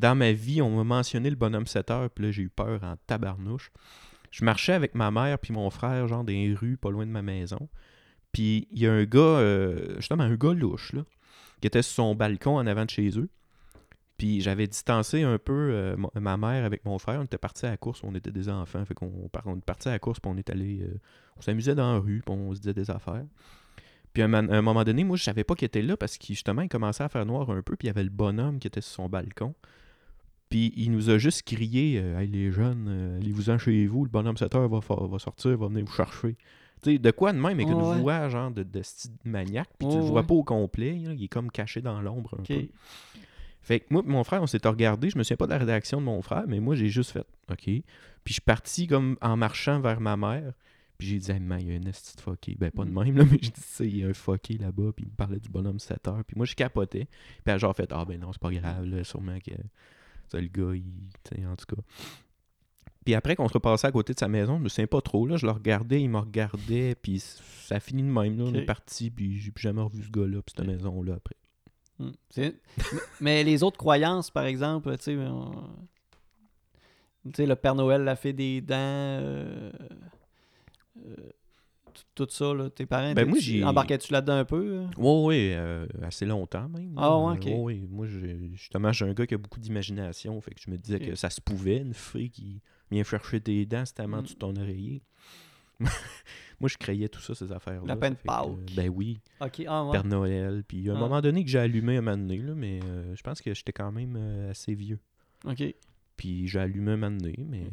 [SPEAKER 2] dans ma vie, on m'a mentionné le bonhomme 7 heures, puis là j'ai eu peur en tabarnouche. Je marchais avec ma mère puis mon frère, genre dans les rues pas loin de ma maison. Puis il y a un gars, euh, justement un gars louche, là, qui était sur son balcon en avant de chez eux. Puis j'avais distancé un peu euh, mo- ma mère avec mon frère. On était partis à la course, on était des enfants. Fait qu'on par- on est partis à la course, puis on est allé. euh, on s'amusait dans la rue, puis on se disait des affaires. Puis à un, man- à un moment donné, moi, je savais pas qu'il était là parce qu'il justement, il commençait à faire noir un peu, puis il y avait le bonhomme qui était sur son balcon. Puis il nous a juste crié euh, Hey les jeunes, euh, allez-vous-en chez vous, le bonhomme 7 heures va, fa- va sortir, va venir vous chercher. Tu sais, de quoi de même, avec
[SPEAKER 1] Ouais,
[SPEAKER 2] une
[SPEAKER 1] ouais.
[SPEAKER 2] voix genre de, de style maniaque, puis tu
[SPEAKER 1] Ouais,
[SPEAKER 2] le vois
[SPEAKER 1] ouais.
[SPEAKER 2] pas au complet, là, il est comme caché dans l'ombre un
[SPEAKER 1] Ok.
[SPEAKER 2] peu. Fait que moi et mon frère, on s'est regardé. Je me souviens pas de la rédaction de mon frère, mais moi, j'ai juste fait OK. Puis je suis parti comme en marchant vers ma mère. Puis j'ai dit, hey, maman, il y a une esti de fucké. Ben, pas de même, là, mais j'ai dit, ça, il y a un fucké là-bas. Puis il me parlait du bonhomme 7 heures. Puis moi, je capotais. Puis elle a genre fait, ah, ben non, c'est pas grave, là, sûrement que ça, le gars, il. tu sais, en tout cas. Puis après qu'on se repassait à côté de sa maison, je me souviens pas trop, là, je le regardais, il me regardait. Puis ça a fini de même, là, on
[SPEAKER 1] Ok.
[SPEAKER 2] est parti. Puis j'ai plus jamais revu ce gars-là, puis cette maison-là après.
[SPEAKER 1] Hmm. C'est- mais, mais les autres croyances, par exemple, tu sais, on- tu sais, le Père Noël, la fée des dents, euh, euh, tout- tout ça, là, tes parents,
[SPEAKER 2] Ben, moi,
[SPEAKER 1] t'es-tu-
[SPEAKER 2] j'ai-
[SPEAKER 1] embarquais-tu là-dedans un peu? hein?
[SPEAKER 2] Oui, oui, euh, assez longtemps même.
[SPEAKER 1] Ah, ouais, ok.
[SPEAKER 2] Euh, ouais, ouais. Moi, j'ai- justement, j'ai un gars qui a beaucoup d'imagination. Fait que je me disais
[SPEAKER 1] Ok.
[SPEAKER 2] que ça se pouvait, une fée qui vient chercher tes dents, c'est
[SPEAKER 1] Mm.
[SPEAKER 2] amant tu ton oreiller. Moi, je créais tout ça, ces affaires-là.
[SPEAKER 1] La peine
[SPEAKER 2] ça fait que,
[SPEAKER 1] Pâques.
[SPEAKER 2] ben oui,
[SPEAKER 1] Ok, ah ouais.
[SPEAKER 2] Père Noël. Puis il y a un
[SPEAKER 1] Ah.
[SPEAKER 2] moment donné que j'ai allumé un moment donné, là, mais euh, je pense que j'étais quand même euh, assez vieux.
[SPEAKER 1] Ok.
[SPEAKER 2] Puis j'ai allumé un moment donné, mais.
[SPEAKER 1] Mm.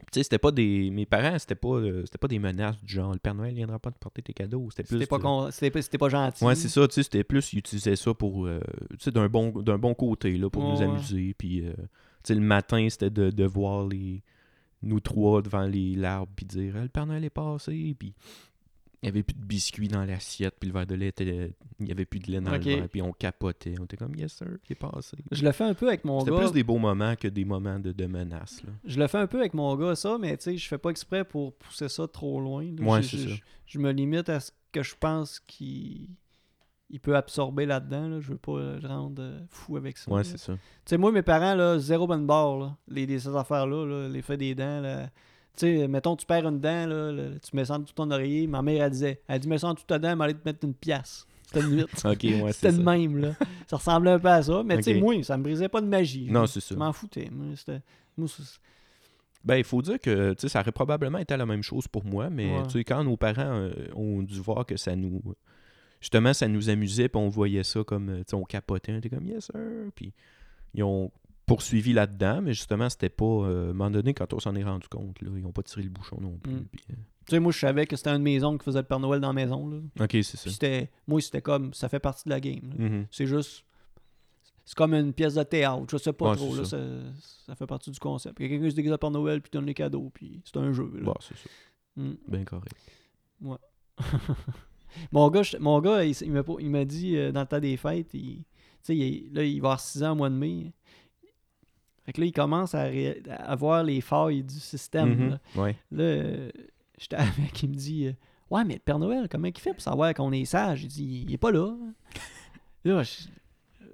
[SPEAKER 2] Tu sais, c'était pas des. Mes parents, c'était pas, euh, c'était pas des menaces du genre le Père Noël viendra pas te porter tes cadeaux. C'était plus.
[SPEAKER 1] C'était pas,
[SPEAKER 2] de-
[SPEAKER 1] con- c'était pas- c'était pas gentil.
[SPEAKER 2] Ouais, c'est ça, tu sais, c'était plus, ils utilisaient ça pour, euh, tu sais, d'un bon, d'un bon côté, là, pour
[SPEAKER 1] Ouais,
[SPEAKER 2] nous
[SPEAKER 1] ouais.
[SPEAKER 2] amuser, puis, euh, tu sais, le matin, c'était de, de voir les, nous trois devant les, l'arbre, puis dire, Ah, le Père Noël est passé, puis, Il n'y avait plus de biscuits dans l'assiette, puis le verre de lait était... Il n'y avait plus de lait dans
[SPEAKER 1] Ok.
[SPEAKER 2] le verre, puis on capotait. On était comme, yes sir, il est passé.
[SPEAKER 1] Je le fais un peu avec mon
[SPEAKER 2] C'était
[SPEAKER 1] gars.
[SPEAKER 2] plus des beaux moments que des moments de, de menaces. là.
[SPEAKER 1] Je le fais un peu avec mon gars, ça, mais tu sais, je fais pas exprès pour pousser ça trop loin. là.
[SPEAKER 2] Ouais,
[SPEAKER 1] je,
[SPEAKER 2] c'est
[SPEAKER 1] je-
[SPEAKER 2] ça.
[SPEAKER 1] je- je me limite à ce que je pense qu'il il peut absorber là-dedans. Là. Je veux pas le rendre euh, fou avec ça.
[SPEAKER 2] Ouais,
[SPEAKER 1] là.
[SPEAKER 2] c'est ça.
[SPEAKER 1] Tu sais, moi, mes parents, là, zéro bonne barre, là. Les, les- ces affaires-là, là, les faits des dents, là. Tu sais, mettons, tu perds une dent, là, là, tu mets ça en tout ton oreiller. Ma mère, elle disait, elle dit, mets ça en tout ta dent, mais allez te mettre une pièce. C'était une limite.
[SPEAKER 2] Ok, ouais, c'est
[SPEAKER 1] C'était
[SPEAKER 2] ça.
[SPEAKER 1] le même, là. Ça ressemblait un peu à ça. Mais tu sais,
[SPEAKER 2] Ok.
[SPEAKER 1] moi, ça me brisait pas de magie.
[SPEAKER 2] Non,
[SPEAKER 1] là.
[SPEAKER 2] c'est ça.
[SPEAKER 1] Je m'en foutais. Moi, c'était... moi, c'est-
[SPEAKER 2] Ben, il faut dire que tu sais, ça aurait probablement été la même chose pour moi, mais
[SPEAKER 1] Ouais.
[SPEAKER 2] tu sais, quand nos parents euh, ont dû voir que ça nous. Justement, ça nous amusait, puis on voyait ça comme. euh, tu sais, on capotait, on était comme, yes, sir. Puis ils ont poursuivi là-dedans, mais justement, c'était pas. euh, à un moment donné, quand on s'en est rendu compte, là, ils ont pas tiré le bouchon non plus.
[SPEAKER 1] Mm.
[SPEAKER 2] puis, euh,
[SPEAKER 1] Tu sais, moi, je savais que c'était un de mes oncles qui faisait le Père Noël dans la maison. Là.
[SPEAKER 2] Ok, c'est ça.
[SPEAKER 1] Puis c'était, moi, c'était comme, ça fait partie de la game. là.
[SPEAKER 2] Mhm.
[SPEAKER 1] C'est juste, c'est comme une pièce de théâtre. Je sais pas
[SPEAKER 2] Ouais,
[SPEAKER 1] trop.
[SPEAKER 2] c'est
[SPEAKER 1] Là, ça. ça fait partie du concept. Il y a quelqu'un qui se déguise à Père Noël puis donne les cadeaux. Puis c'est un jeu. là.
[SPEAKER 2] Bon, c'est ça.
[SPEAKER 1] Mm.
[SPEAKER 2] Bien correct.
[SPEAKER 1] mon gars, je- mon gars il, s- il m'a pas- il m'a dit euh, dans le temps des fêtes, il, tu sais, il- là, il va avoir 6 ans au mois de mai. Fait que là, il commence à, ré- à voir les failles du système.
[SPEAKER 2] Mhm.
[SPEAKER 1] là.
[SPEAKER 2] Ouais.
[SPEAKER 1] Là, euh, j'étais avec, il me dit euh, Ouais, mais le Père Noël, comment il fait pour savoir qu'on est sage Il dit Il est pas là. là, je-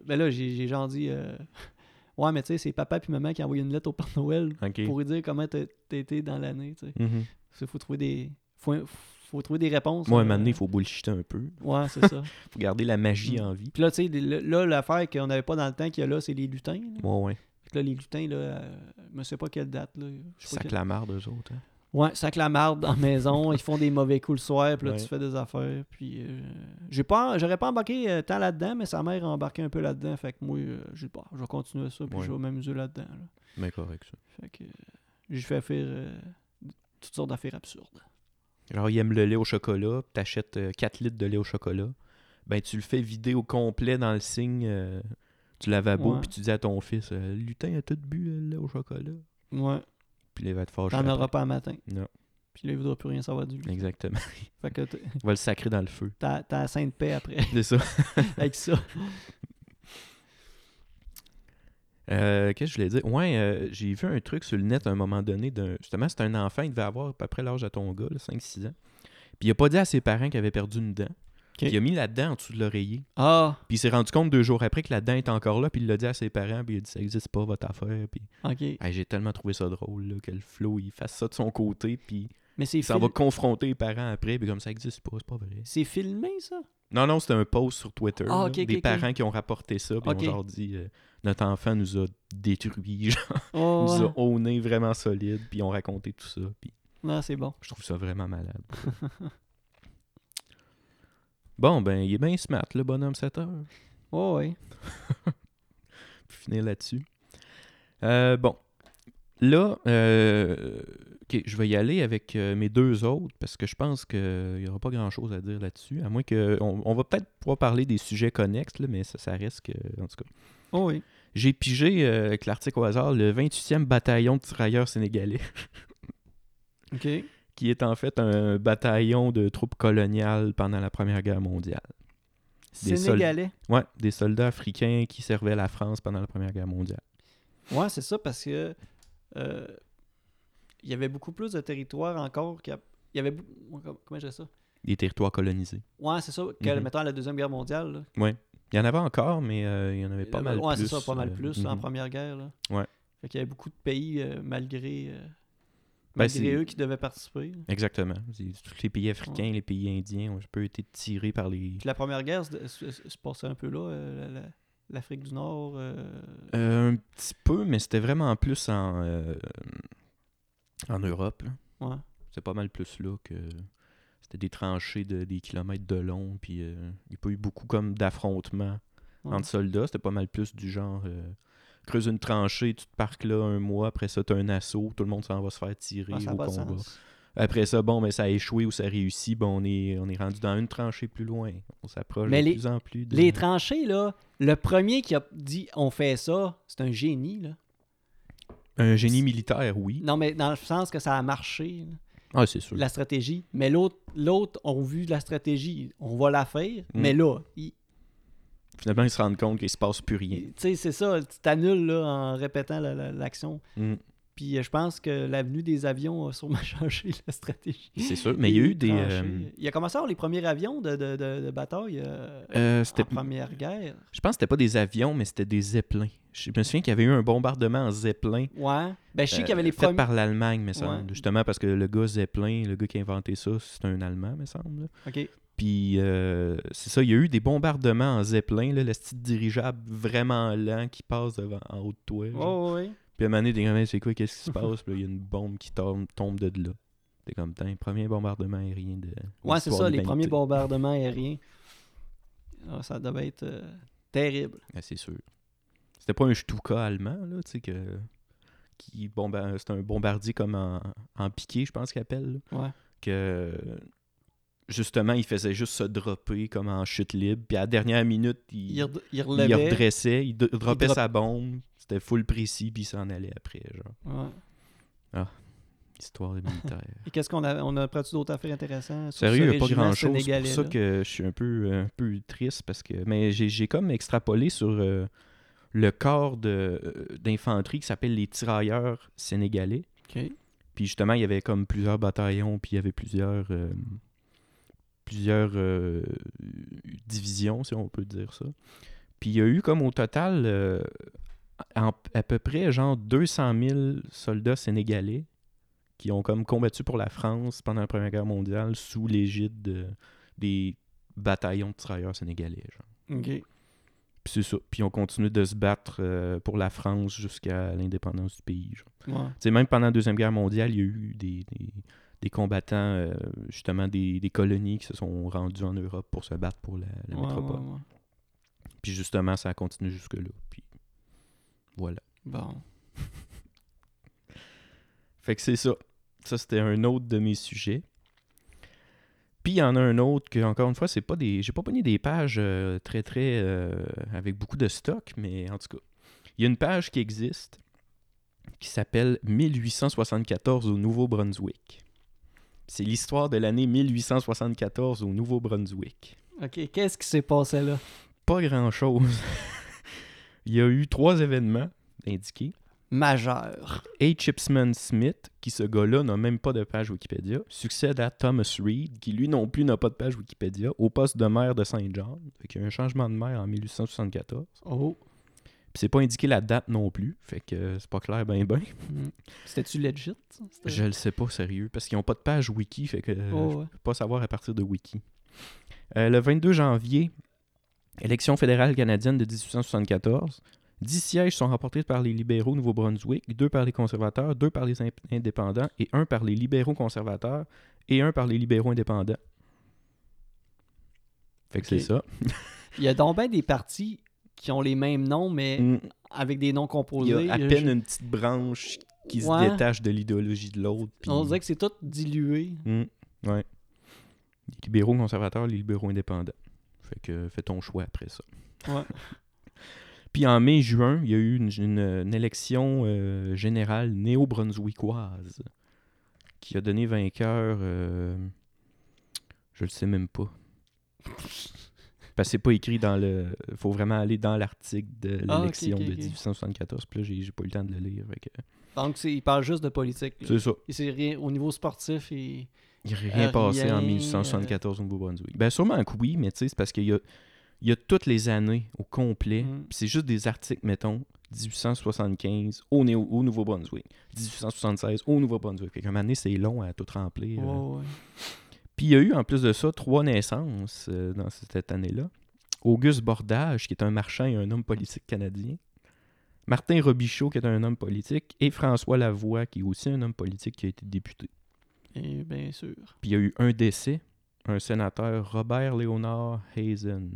[SPEAKER 1] ben là j'ai j'ai genre dit euh, Ouais, mais tu sais, c'est papa puis maman qui a envoyé une lettre au Père Noël
[SPEAKER 2] Ok.
[SPEAKER 1] pour lui dire comment t'as t'as été dans l'année. Tu sais.
[SPEAKER 2] Mhm.
[SPEAKER 1] Faut- faut trouver des. Faut, faut trouver des réponses.
[SPEAKER 2] Moi, à un
[SPEAKER 1] euh,
[SPEAKER 2] moment donné, il faut bullshiter un peu.
[SPEAKER 1] Ouais, c'est ça.
[SPEAKER 2] faut garder la magie
[SPEAKER 1] Mm.
[SPEAKER 2] en vie.
[SPEAKER 1] puis là, tu sais, le- là, l'affaire qu'on n'avait pas dans le temps qu'il y a là, c'est les lutins. là.
[SPEAKER 2] Ouais, ouais.
[SPEAKER 1] Fait que là, les lutins, là, euh, je ne sais pas quelle date. Là, je sais pas
[SPEAKER 2] Ça
[SPEAKER 1] quelle-
[SPEAKER 2] clamare d'eux autres. hein.
[SPEAKER 1] Ouais, ça la marde dans la maison, ils font des mauvais coups le soir, puis là
[SPEAKER 2] Ouais.
[SPEAKER 1] tu fais des affaires, puis euh, j'ai pas j'aurais pas embarqué euh, tant là-dedans, mais sa mère a embarqué un peu là-dedans, fait que moi euh, j'ai pas, je vais continuer ça puis
[SPEAKER 2] Ouais.
[SPEAKER 1] je vais m'amuser là-dedans. là.
[SPEAKER 2] Bien correct, ça.
[SPEAKER 1] Fait que euh, j'ai fait faire euh, toutes sortes d'affaires absurdes.
[SPEAKER 2] Genre, il aime le lait au chocolat, puis t'achètes euh, 4 litres de lait au chocolat. Ben, tu le fais vider au complet dans le signe euh, du lavabo,
[SPEAKER 1] Ouais.
[SPEAKER 2] puis tu dis à ton fils euh, Lutin a tout bu euh, le lait au chocolat.
[SPEAKER 1] Ouais,
[SPEAKER 2] Puis là, il va te fâcher.
[SPEAKER 1] t'en
[SPEAKER 2] après.
[SPEAKER 1] auras pas un matin.
[SPEAKER 2] Non.
[SPEAKER 1] Puis là il voudra plus rien savoir du lui.
[SPEAKER 2] Exactement.
[SPEAKER 1] Fait que t-
[SPEAKER 2] On va le sacrer dans le feu.
[SPEAKER 1] t'as t'as la sainte paix après
[SPEAKER 2] C'est ça.
[SPEAKER 1] avec ça.
[SPEAKER 2] Euh, Qu'est-ce que je voulais dire Ouais, euh, j'ai vu un truc sur le net à un moment donné. d'un- Justement, c'était un enfant, il devait avoir à peu près l'âge de ton gars, là, 5-6 ans. Puis il a pas dit à ses parents qu'il avait perdu une dent. Puis il a mis la dent en dessous de l'oreiller.
[SPEAKER 1] Ah,
[SPEAKER 2] Puis il s'est rendu compte deux jours après que la dent est encore là, puis il l'a dit à ses parents, puis il a dit ça existe pas votre affaire. Puis
[SPEAKER 1] OK.
[SPEAKER 2] Hey, j'ai tellement trouvé ça drôle là, que le Flo il fasse ça de son côté, puis
[SPEAKER 1] Mais c'est
[SPEAKER 2] il s'en
[SPEAKER 1] fil-
[SPEAKER 2] va confronter les parents après, puis comme ça existe pas, c'est pas vrai.
[SPEAKER 1] c'est filmé ça
[SPEAKER 2] Non, non, c'était un post sur Twitter.
[SPEAKER 1] Ah,
[SPEAKER 2] là,
[SPEAKER 1] ok, ok,
[SPEAKER 2] des
[SPEAKER 1] ok.
[SPEAKER 2] parents qui ont rapporté ça, puis
[SPEAKER 1] Ok.
[SPEAKER 2] ils ont genre dit euh, notre enfant nous a détruit, genre,
[SPEAKER 1] Oh,
[SPEAKER 2] nous
[SPEAKER 1] ouais.
[SPEAKER 2] a honné vraiment solide, puis ils ont raconté tout ça, puis
[SPEAKER 1] Non, c'est bon.
[SPEAKER 2] je trouve ça vraiment malade. bon, ben, il est bien smart, le bonhomme 7 heures.
[SPEAKER 1] Oh, ouais.
[SPEAKER 2] Puis finir là-dessus. Euh, bon. Là, euh, ok, je vais y aller avec euh, mes deux autres parce que je pense qu'il n'y aura pas grand-chose à dire là-dessus. À moins que. On, on va peut-être pouvoir parler des sujets connexes, là, mais ça, ça reste que. En tout cas.
[SPEAKER 1] Oh, oui.
[SPEAKER 2] J'ai pigé euh, avec l'article au hasard le 28e bataillon de tirailleurs sénégalais,
[SPEAKER 1] OK.
[SPEAKER 2] qui est en fait un bataillon de troupes coloniales pendant la Première Guerre mondiale. Des soldats.
[SPEAKER 1] Sénégalais.
[SPEAKER 2] Ouais, des soldats africains qui servaient la France pendant la Première Guerre mondiale.
[SPEAKER 1] Ouais, c'est ça, parce que euh, il y avait beaucoup plus de territoires encore. qu'il y a- Il y avait. bou- ouais, com- Comment je dirais ça
[SPEAKER 2] Des territoires colonisés.
[SPEAKER 1] Ouais, c'est ça, que
[SPEAKER 2] Mhm.
[SPEAKER 1] mettons la Deuxième Guerre mondiale. là.
[SPEAKER 2] Il y en avait encore, mais euh, il y en avait pas
[SPEAKER 1] Euh,
[SPEAKER 2] mal
[SPEAKER 1] ouais,
[SPEAKER 2] plus.
[SPEAKER 1] c'est ça, pas mal
[SPEAKER 2] euh,
[SPEAKER 1] plus en
[SPEAKER 2] mhm.
[SPEAKER 1] Première Guerre. Là.
[SPEAKER 2] Ouais.
[SPEAKER 1] Fait qu'il y avait beaucoup de pays, euh, malgré, euh,
[SPEAKER 2] Ben,
[SPEAKER 1] malgré
[SPEAKER 2] c'est-
[SPEAKER 1] eux, qui devaient participer.
[SPEAKER 2] Exactement. C'est- Tous les pays africains, les pays indiens ont un peu été tirés par les.
[SPEAKER 1] Puis la Première Guerre se, se- se passait un peu là. euh, la- la- L'Afrique du Nord. euh,
[SPEAKER 2] Euh, un petit peu, mais c'était vraiment plus en, euh, en Europe. là.
[SPEAKER 1] Ouais.
[SPEAKER 2] C'était pas mal plus là que. C'était des tranchées de des kilomètres de long, puis euh, il n'y a pas eu beaucoup comme d'affrontements
[SPEAKER 1] Ouais.
[SPEAKER 2] entre soldats. C'était pas mal plus du genre. euh, creuse une tranchée, tu te parques là un mois, après ça, t'as un assaut, tout le monde s'en va se faire tirer
[SPEAKER 1] Ouais, Ah, ça a
[SPEAKER 2] au
[SPEAKER 1] pas de
[SPEAKER 2] combat.
[SPEAKER 1] sens.
[SPEAKER 2] Après ça, bon, mais ça a échoué ou ça a réussi, bon, on est, on est rendu dans une tranchée plus loin. On s'approche de
[SPEAKER 1] Mais les-
[SPEAKER 2] plus en plus de...
[SPEAKER 1] Les tranchées, là, le premier qui a dit on fait ça, c'est un génie, là.
[SPEAKER 2] Un génie militaire, oui.
[SPEAKER 1] Non, mais dans le sens que ça a marché. là.
[SPEAKER 2] Ah, c'est sûr.
[SPEAKER 1] la stratégie, mais l'autre, l'autre ont vu la stratégie, on va la faire,
[SPEAKER 2] Mm.
[SPEAKER 1] mais là, il-
[SPEAKER 2] Finalement, ils se rendent compte qu'il se passe plus rien.
[SPEAKER 1] il- tu sais, c'est ça, tu t'annules là, en répétant la- la- l'action.
[SPEAKER 2] Mm.
[SPEAKER 1] Puis euh, je pense que l'avenue des avions a sûrement changé la stratégie.
[SPEAKER 2] C'est sûr. Mais il y a eu des.
[SPEAKER 1] Tranché.
[SPEAKER 2] euh,
[SPEAKER 1] Il a commencé à avoir les premiers avions de, de- de- de bataille euh,
[SPEAKER 2] euh,
[SPEAKER 1] en
[SPEAKER 2] c'était-
[SPEAKER 1] première guerre.
[SPEAKER 2] je pense que c'était pas des avions, mais c'était des zeppelins. Je me souviens qu'il y avait eu un bombardement en zeppelin.
[SPEAKER 1] Ouais. Ben, je sais qu'il y
[SPEAKER 2] euh,
[SPEAKER 1] avait les
[SPEAKER 2] fait
[SPEAKER 1] premiers.
[SPEAKER 2] par l'Allemagne, me semble.
[SPEAKER 1] Ouais.
[SPEAKER 2] Justement, parce que le gars Zeppelin, le gars qui a inventé ça, c'est un Allemand, me semble. là.
[SPEAKER 1] Ok.
[SPEAKER 2] Puis, euh, c'est ça, il y a eu des bombardements en Zeppelin, là, le style dirigeable vraiment lent qui passe devant, en haut de toi. genre.
[SPEAKER 1] Ouais, ouais, ouais.
[SPEAKER 2] Puis, à un moment donné, t'es comme, Hey, c'est quoi, qu'est-ce qui se passe? Puis là, il y a une bombe qui tombe, tombe de là. T'es comme, Tain, premier bombardement aérien de.
[SPEAKER 1] Ouais, c'est ça,
[SPEAKER 2] l'histoire de
[SPEAKER 1] les
[SPEAKER 2] l'humanité.
[SPEAKER 1] premiers bombardements aériens. Ah, ça devait être euh, terrible.
[SPEAKER 2] Ah, c'est sûr. C'était pas un Stuka allemand, là, tu sais, que. Qui bomba- C'est un bombardier comme en, en piqué, je pense qu'il appelle. là.
[SPEAKER 1] Ouais.
[SPEAKER 2] Que. Justement, il faisait juste se dropper comme en chute libre. Puis à la dernière minute,
[SPEAKER 1] Il, red- il
[SPEAKER 2] il
[SPEAKER 1] relevait.
[SPEAKER 2] redressait, il do- droppait
[SPEAKER 1] drop-
[SPEAKER 2] sa bombe, c'était full précis, puis il s'en allait après, genre.
[SPEAKER 1] Ouais.
[SPEAKER 2] Histoire des militaires.
[SPEAKER 1] Et qu'est-ce qu'on a On a appris d'autres affaires intéressantes sur ce
[SPEAKER 2] Sérieux, il n'y a pas
[SPEAKER 1] régiment
[SPEAKER 2] grand-chose. C'est pour
[SPEAKER 1] sénégalais-là?
[SPEAKER 2] ça que je suis un peu, un peu triste, parce que... Mais j'ai j'ai comme extrapolé sur euh, le corps de- euh, d'infanterie qui s'appelle les tirailleurs sénégalais.
[SPEAKER 1] Ok.
[SPEAKER 2] Puis justement, il y avait comme plusieurs bataillons, puis il y avait plusieurs... euh, plusieurs euh, divisions, si on peut dire ça. Puis il y a eu comme au total euh, en- à peu près genre 200 000 soldats sénégalais qui ont comme combattu pour la France pendant la Première Guerre mondiale sous l'égide de- des bataillons de tirailleurs sénégalais. genre.
[SPEAKER 1] Ok.
[SPEAKER 2] Puis c'est ça. Puis on continue de se battre euh, pour la France jusqu'à l'indépendance du pays. genre.
[SPEAKER 1] Ouais.
[SPEAKER 2] Tu sais, même pendant la Deuxième Guerre mondiale, il y a eu des, des- des combattants, euh, justement des, des colonies qui se sont rendues en Europe pour se battre pour la, la
[SPEAKER 1] Ouais,
[SPEAKER 2] métropole.
[SPEAKER 1] ouais, ouais.
[SPEAKER 2] Puis justement, ça continue jusque-là. Puis voilà.
[SPEAKER 1] Bon.
[SPEAKER 2] Fait que c'est ça. Ça, c'était un autre de mes sujets. Puis il y en a un autre que, encore une fois, c'est pas des. J'ai pas pogné des pages euh, très très euh, avec beaucoup de stock, mais en tout cas. Il y a une page qui existe qui s'appelle 1874 au Nouveau-Brunswick. C'est l'histoire de l'année 1874 au Nouveau-Brunswick.
[SPEAKER 1] Ok. Qu'est-ce qui s'est passé là
[SPEAKER 2] Pas grand-chose. il y a eu trois événements indiqués.
[SPEAKER 1] Majeur.
[SPEAKER 2] A. Chipsman Smith, qui ce gars-là n'a même pas de page Wikipédia, succède à Thomas Reed, qui lui non plus n'a pas de page Wikipédia, au poste de maire de Saint John. Fait qu'il y a eu un changement de maire en 1874.
[SPEAKER 1] Oh.
[SPEAKER 2] Puis c'est pas indiqué la date non plus, fait que euh, c'est pas clair ben ben.
[SPEAKER 1] Mm. C'était-tu legit ça? C'était-
[SPEAKER 2] Je le sais pas sérieux, parce qu'ils ont pas de page wiki, fait que euh,
[SPEAKER 1] Oh,
[SPEAKER 2] je
[SPEAKER 1] ouais.
[SPEAKER 2] peux pas savoir à partir de wiki. Euh, le 22 janvier, élection fédérale canadienne de 1874. Dix sièges sont remportés par les libéraux au Nouveau-Brunswick, deux par les conservateurs, deux par les in- indépendants et un par les libéraux conservateurs et un par les libéraux indépendants. Fait que
[SPEAKER 1] Ok.
[SPEAKER 2] c'est ça.
[SPEAKER 1] Il y a donc bien des partis qui ont les mêmes noms, mais
[SPEAKER 2] Mm.
[SPEAKER 1] avec des noms
[SPEAKER 2] Il
[SPEAKER 1] composés.
[SPEAKER 2] y a à
[SPEAKER 1] Je-
[SPEAKER 2] peine une petite branche qui
[SPEAKER 1] Ouais.
[SPEAKER 2] se détache de l'idéologie de l'autre. puis-
[SPEAKER 1] On dirait que c'est tout dilué.
[SPEAKER 2] Mm, ouais. Les libéraux conservateurs, les libéraux indépendants. Fait que fais ton choix après ça.
[SPEAKER 1] Ouais.
[SPEAKER 2] Puis en mai-juin, il y a eu une, une- une élection euh, générale néo-brunswickoise qui a donné vainqueur. euh, je le sais même pas. Parce que c'est pas écrit dans le. faut vraiment aller dans l'article de
[SPEAKER 1] Ah, ok,
[SPEAKER 2] l'élection
[SPEAKER 1] ok,
[SPEAKER 2] de
[SPEAKER 1] ok.
[SPEAKER 2] 1874. Puis là, j'ai- j'ai pas eu le temps de le lire. fait que-
[SPEAKER 1] Donc, c'est- il parle juste de politique. là.
[SPEAKER 2] C'est ça.
[SPEAKER 1] Et c'est rien- au niveau sportif et.
[SPEAKER 2] Il n'y a rien
[SPEAKER 1] Rien,
[SPEAKER 2] passé en
[SPEAKER 1] euh,
[SPEAKER 2] 1874 au Nouveau-Brunswick. Ben sûrement que oui, mais tu sais, c'est parce qu'il y a, il y a toutes les années au complet.
[SPEAKER 1] Mm.
[SPEAKER 2] puis C'est juste des articles, mettons, 1875 au, Néo- au Nouveau-Brunswick, 1876 au Nouveau-Brunswick. Fait qu'un année, c'est long à tout remplir. euh.
[SPEAKER 1] Ouais, ouais.
[SPEAKER 2] Puis il y a eu, en plus de ça, trois naissances euh, dans cette année-là. Auguste Bordage, qui est un marchand et un homme politique canadien. Martin Robichaud, qui est un homme politique. Et François Lavoie, qui est aussi un homme politique qui a été député.
[SPEAKER 1] Et bien sûr.
[SPEAKER 2] Puis il y a eu un décès, un sénateur, Robert Léonard Hazen.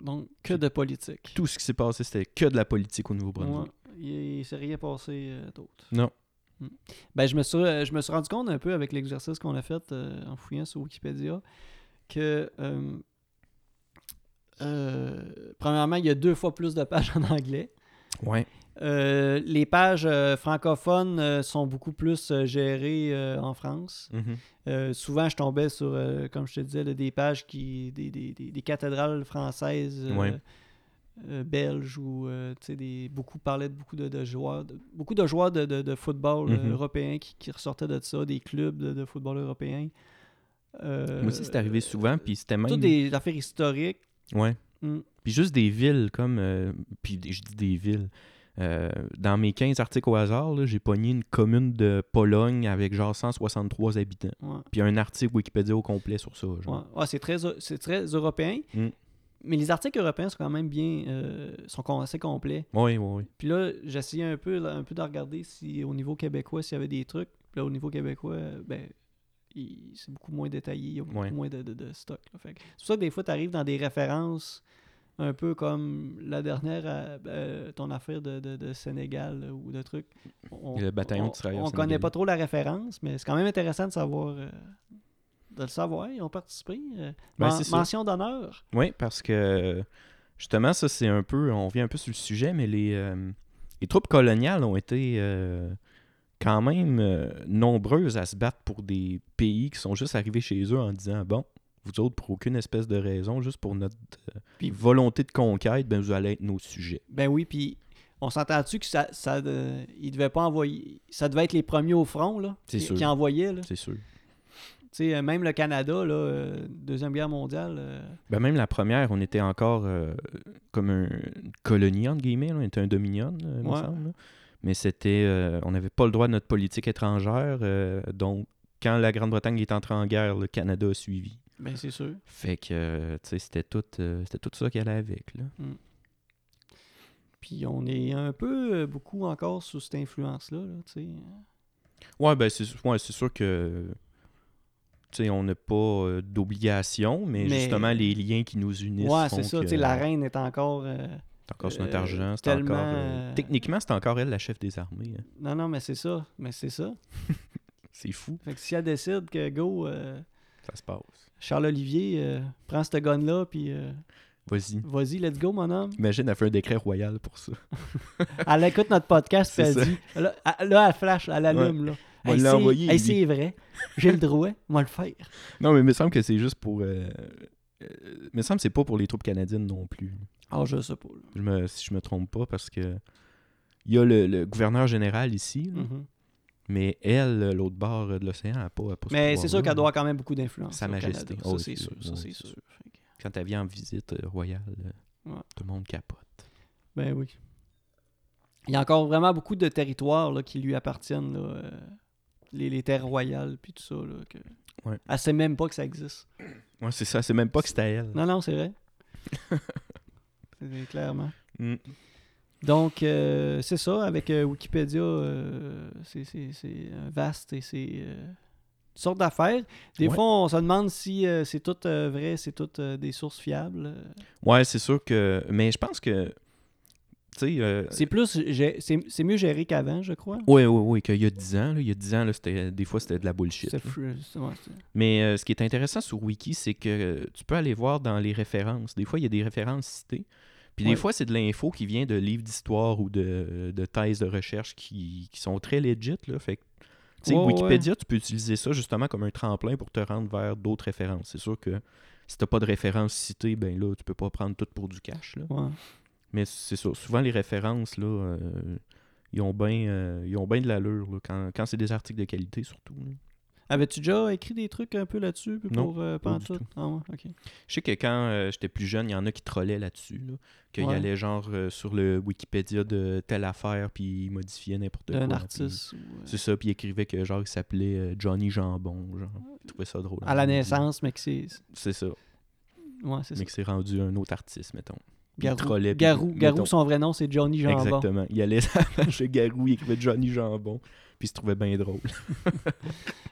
[SPEAKER 1] Donc, que de politique.
[SPEAKER 2] Tout ce qui s'est passé, c'était que de la politique au Nouveau-Brunswick.
[SPEAKER 1] Ouais. Il, il s'est rien passé euh, d'autre.
[SPEAKER 2] Non.
[SPEAKER 1] Mm. Ben, je me, suis, euh, je me suis rendu compte un peu avec l'exercice qu'on a fait euh, en fouillant sur Wikipédia que, euh, euh, premièrement, il y a deux fois plus de pages en anglais.
[SPEAKER 2] Ouais.
[SPEAKER 1] Euh, les pages euh, francophones euh, sont beaucoup plus euh, gérées euh, en France.
[SPEAKER 2] Mhm.
[SPEAKER 1] Euh, souvent, je tombais sur, euh, comme je te disais, là, des pages qui. des, des- des- des cathédrales françaises. euh,
[SPEAKER 2] Ouais.
[SPEAKER 1] euh, belges ou euh, tu sais, des, beaucoup parlaient de beaucoup de, de joueurs de- beaucoup de joueurs de, de- de football euh,
[SPEAKER 2] Mhm.
[SPEAKER 1] européen qui, qui ressortaient de ça des clubs de, de football européen Euh,
[SPEAKER 2] Moi aussi, c'est arrivé souvent, puis c'était même...
[SPEAKER 1] toutes des affaires historiques
[SPEAKER 2] Ouais.
[SPEAKER 1] Mm.
[SPEAKER 2] Puis juste des villes, comme... euh, Puis des- je dis des villes. Euh, dans mes 15 articles au hasard, là, j'ai pogné une commune de Pologne avec genre 163 habitants.
[SPEAKER 1] Ouais.
[SPEAKER 2] Puis un article Wikipédia au complet sur ça. genre.
[SPEAKER 1] Ouais. Ah, c'est très c'est très européen
[SPEAKER 2] Mm.
[SPEAKER 1] mais les articles européens sont quand même bien euh, sont com- assez complets
[SPEAKER 2] Ouais, ouais, ouais.
[SPEAKER 1] puis là j'essayais un peu là, un peu de regarder si au niveau québécois s'il y avait des trucs puis là au niveau québécois euh, ben il- c'est beaucoup moins détaillé, il y a beaucoup
[SPEAKER 2] Ouais.
[SPEAKER 1] moins de, de- de stock. là. Fait que C'est pour ça que des fois, tu arrives dans des références un peu comme la dernière, euh, euh, ton affaire de, de- de Sénégal là, ou de trucs. On,
[SPEAKER 2] Le bataillon
[SPEAKER 1] on-
[SPEAKER 2] de travailleurs
[SPEAKER 1] On connaît
[SPEAKER 2] sénégalais.
[SPEAKER 1] pas trop la référence, mais c'est quand même intéressant de savoir, euh, de le savoir. Ils ont participé. euh,
[SPEAKER 2] Ben,
[SPEAKER 1] men-
[SPEAKER 2] c'est ça.
[SPEAKER 1] mention d'honneur.
[SPEAKER 2] Oui, parce que justement, ça, c'est un peu. On vient un peu sur le sujet, mais les, euh, les troupes coloniales ont été euh, quand même euh, nombreuses à se battre pour des pays qui sont juste arrivés chez eux en disant Bon, vous autres, pour aucune espèce de raison, juste pour notre euh,
[SPEAKER 1] Puis-
[SPEAKER 2] volonté de conquête, ben, vous allez être nos sujets.
[SPEAKER 1] Ben oui, puis on s'entend-tu que ça, ça euh, ils devaient pas envoyer. Ça devait être les premiers au front là,
[SPEAKER 2] C'est
[SPEAKER 1] qui,
[SPEAKER 2] sûr.
[SPEAKER 1] qui envoyaient. là.
[SPEAKER 2] C'est sûr.
[SPEAKER 1] Tu sais, euh, même le Canada, là, euh, Deuxième Guerre mondiale. euh,
[SPEAKER 2] Ben, même la première, on était encore euh, comme un- une colonie, entre guillemets. là. On était un dominion, là, il me
[SPEAKER 1] Ouais.
[SPEAKER 2] semble, là. Mais c'était, euh, on n'avait pas le droit de notre politique étrangère. euh, donc, quand la Grande-Bretagne est entrée en guerre, le Canada a suivi.
[SPEAKER 1] ben c'est sûr.
[SPEAKER 2] Fait que, euh, tu sais, c'était tout, euh, c'était tout ça qu'elle allait avec. Là.
[SPEAKER 1] Puis on est un peu, euh, beaucoup encore sous cette influence-là. là, tu sais.
[SPEAKER 2] Ouais, ben, c'est ouais, c'est sûr que. Tu sais, on n'a pas euh, d'obligation, mais,
[SPEAKER 1] Mais-
[SPEAKER 2] justement, les liens qui nous unissent.
[SPEAKER 1] ouais,
[SPEAKER 2] font
[SPEAKER 1] c'est ça.
[SPEAKER 2] que-
[SPEAKER 1] tu sais, La reine est encore. euh,
[SPEAKER 2] C'est encore sur notre
[SPEAKER 1] euh,
[SPEAKER 2] argent. c'est
[SPEAKER 1] tellement,
[SPEAKER 2] encore, euh,
[SPEAKER 1] euh,
[SPEAKER 2] Techniquement, c'est encore elle la chef des armées. hein.
[SPEAKER 1] Non, non, mais c'est ça. Mais c'est ça.
[SPEAKER 2] C'est fou,
[SPEAKER 1] Fait que si elle décide que go, euh,
[SPEAKER 2] ça se passe.
[SPEAKER 1] Charles-Olivier, euh, prends ce gun-là, puis euh,
[SPEAKER 2] Vas-y.
[SPEAKER 1] vas-y, let's go, mon homme.
[SPEAKER 2] Imagine, elle fait un décret royal pour ça.
[SPEAKER 1] Elle écoute notre podcast, puis
[SPEAKER 2] C'est
[SPEAKER 1] elle
[SPEAKER 2] ça.
[SPEAKER 1] dit. Là, elle- là, elle flash, elle allume. Là.
[SPEAKER 2] Moi,
[SPEAKER 1] Hey,
[SPEAKER 2] je l'ai
[SPEAKER 1] c'est-
[SPEAKER 2] envoyé,
[SPEAKER 1] hey,
[SPEAKER 2] lui.
[SPEAKER 1] c'est vrai. J'ai le droit, moi le faire.
[SPEAKER 2] Non, mais il me semble que c'est juste pour. euh, euh, il me semble que c'est pas pour les troupes canadiennes non plus.
[SPEAKER 1] Ah, je sais pas. là.
[SPEAKER 2] Je me, si je me trompe pas, parce que. Il y a le, le gouverneur général ici, là,
[SPEAKER 1] Mhm.
[SPEAKER 2] mais elle, l'autre bord de l'océan, elle a pas. elle a pas ce
[SPEAKER 1] Mais c'est sûr
[SPEAKER 2] pouvoir-là.
[SPEAKER 1] qu'elle doit quand même beaucoup d'influence.
[SPEAKER 2] Sa
[SPEAKER 1] là, au
[SPEAKER 2] Majesté.
[SPEAKER 1] Canada.
[SPEAKER 2] Oh,
[SPEAKER 1] ça, c'est
[SPEAKER 2] oui,
[SPEAKER 1] sûr. Ça,
[SPEAKER 2] oui,
[SPEAKER 1] c'est
[SPEAKER 2] c'est
[SPEAKER 1] sûr.
[SPEAKER 2] sûr.
[SPEAKER 1] Fait que-
[SPEAKER 2] Quand elle vient en visite euh, royale, euh,
[SPEAKER 1] Ouais.
[SPEAKER 2] tout le monde capote.
[SPEAKER 1] Ben oui. Il y a encore vraiment beaucoup de territoires là, qui lui appartiennent, là, euh, les, les terres royales, puis tout ça. Là, que...
[SPEAKER 2] Ouais.
[SPEAKER 1] Elle sait même pas que ça existe.
[SPEAKER 2] Ouais, c'est ça. C'est même pas que c'était elle.
[SPEAKER 1] Non, non, c'est vrai. C'est- Clairement.
[SPEAKER 2] Mm.
[SPEAKER 1] Donc, euh, c'est ça, avec euh, Wikipédia, euh, c'est- c'est c'est, euh, vaste et c'est euh, une sorte d'affaires. Des
[SPEAKER 2] Ouais.
[SPEAKER 1] fois, on se demande si euh, c'est tout euh, vrai, c'est tout euh, des sources fiables. euh.
[SPEAKER 2] Ouais, c'est sûr que. Mais je pense que. Tu sais. euh,
[SPEAKER 1] C'est plus, gé- c'est c'est mieux géré qu'avant, je crois.
[SPEAKER 2] Oui, oui, oui, qu'il y a 10 ans, là, il y a 10 ans, là, c'était, des fois, c'était de la bullshit.
[SPEAKER 1] C'est
[SPEAKER 2] là.
[SPEAKER 1] fru- c'est- ouais, c'est-
[SPEAKER 2] Mais euh, ce qui est intéressant sur Wiki, c'est que euh, tu peux aller voir dans les références. Des fois, il y a des références citées. Puis
[SPEAKER 1] Ouais.
[SPEAKER 2] des fois, c'est de l'info qui vient de livres d'histoire ou de, de thèses de recherche qui, qui sont très legit. Là. Fait que, tu sais,
[SPEAKER 1] Ouais,
[SPEAKER 2] Wikipédia, tu peux utiliser ça justement comme un tremplin pour te rendre vers d'autres références. C'est sûr que si t'as pas de référence citée, ben là, tu peux pas prendre tout pour du cash. Là.
[SPEAKER 1] Ouais.
[SPEAKER 2] Mais c'est ça. Souvent, les références, là, euh, ils ont bien de l'allure, là, quand, quand c'est des articles de qualité, surtout. là.
[SPEAKER 1] Avais-tu déjà écrit des trucs un peu là-dessus puis
[SPEAKER 2] Non,
[SPEAKER 1] pour euh,
[SPEAKER 2] pas du
[SPEAKER 1] Pantoute?
[SPEAKER 2] tout.
[SPEAKER 1] Ah ouais, ok.
[SPEAKER 2] Je sais que quand euh, j'étais plus jeune, il y en a qui trollaient là-dessus, là, qu'ils
[SPEAKER 1] Ouais.
[SPEAKER 2] allaient genre euh, sur le Wikipédia de telle affaire, puis ils modifiaient n'importe quoi.
[SPEAKER 1] D'un
[SPEAKER 2] puis-
[SPEAKER 1] artiste. ou, euh,
[SPEAKER 2] C'est ça, puis ils écrivaient que genre, il s'appelait euh, Johnny Jambon, genre. Ils trouvaient ça drôle.
[SPEAKER 1] à la naissance, mais que c'est.
[SPEAKER 2] C'est ça.
[SPEAKER 1] Ouais, c'est ça.
[SPEAKER 2] Mais que c'est rendu un autre artiste, mettons. il
[SPEAKER 1] Garou,
[SPEAKER 2] trollait, puis
[SPEAKER 1] Garou,
[SPEAKER 2] mettons-
[SPEAKER 1] Garou, son vrai nom, c'est Johnny Jambon.
[SPEAKER 2] Exactement. Il allait à la page de Garou, il écrivait Johnny Jambon, puis il se trouvait bien drôle.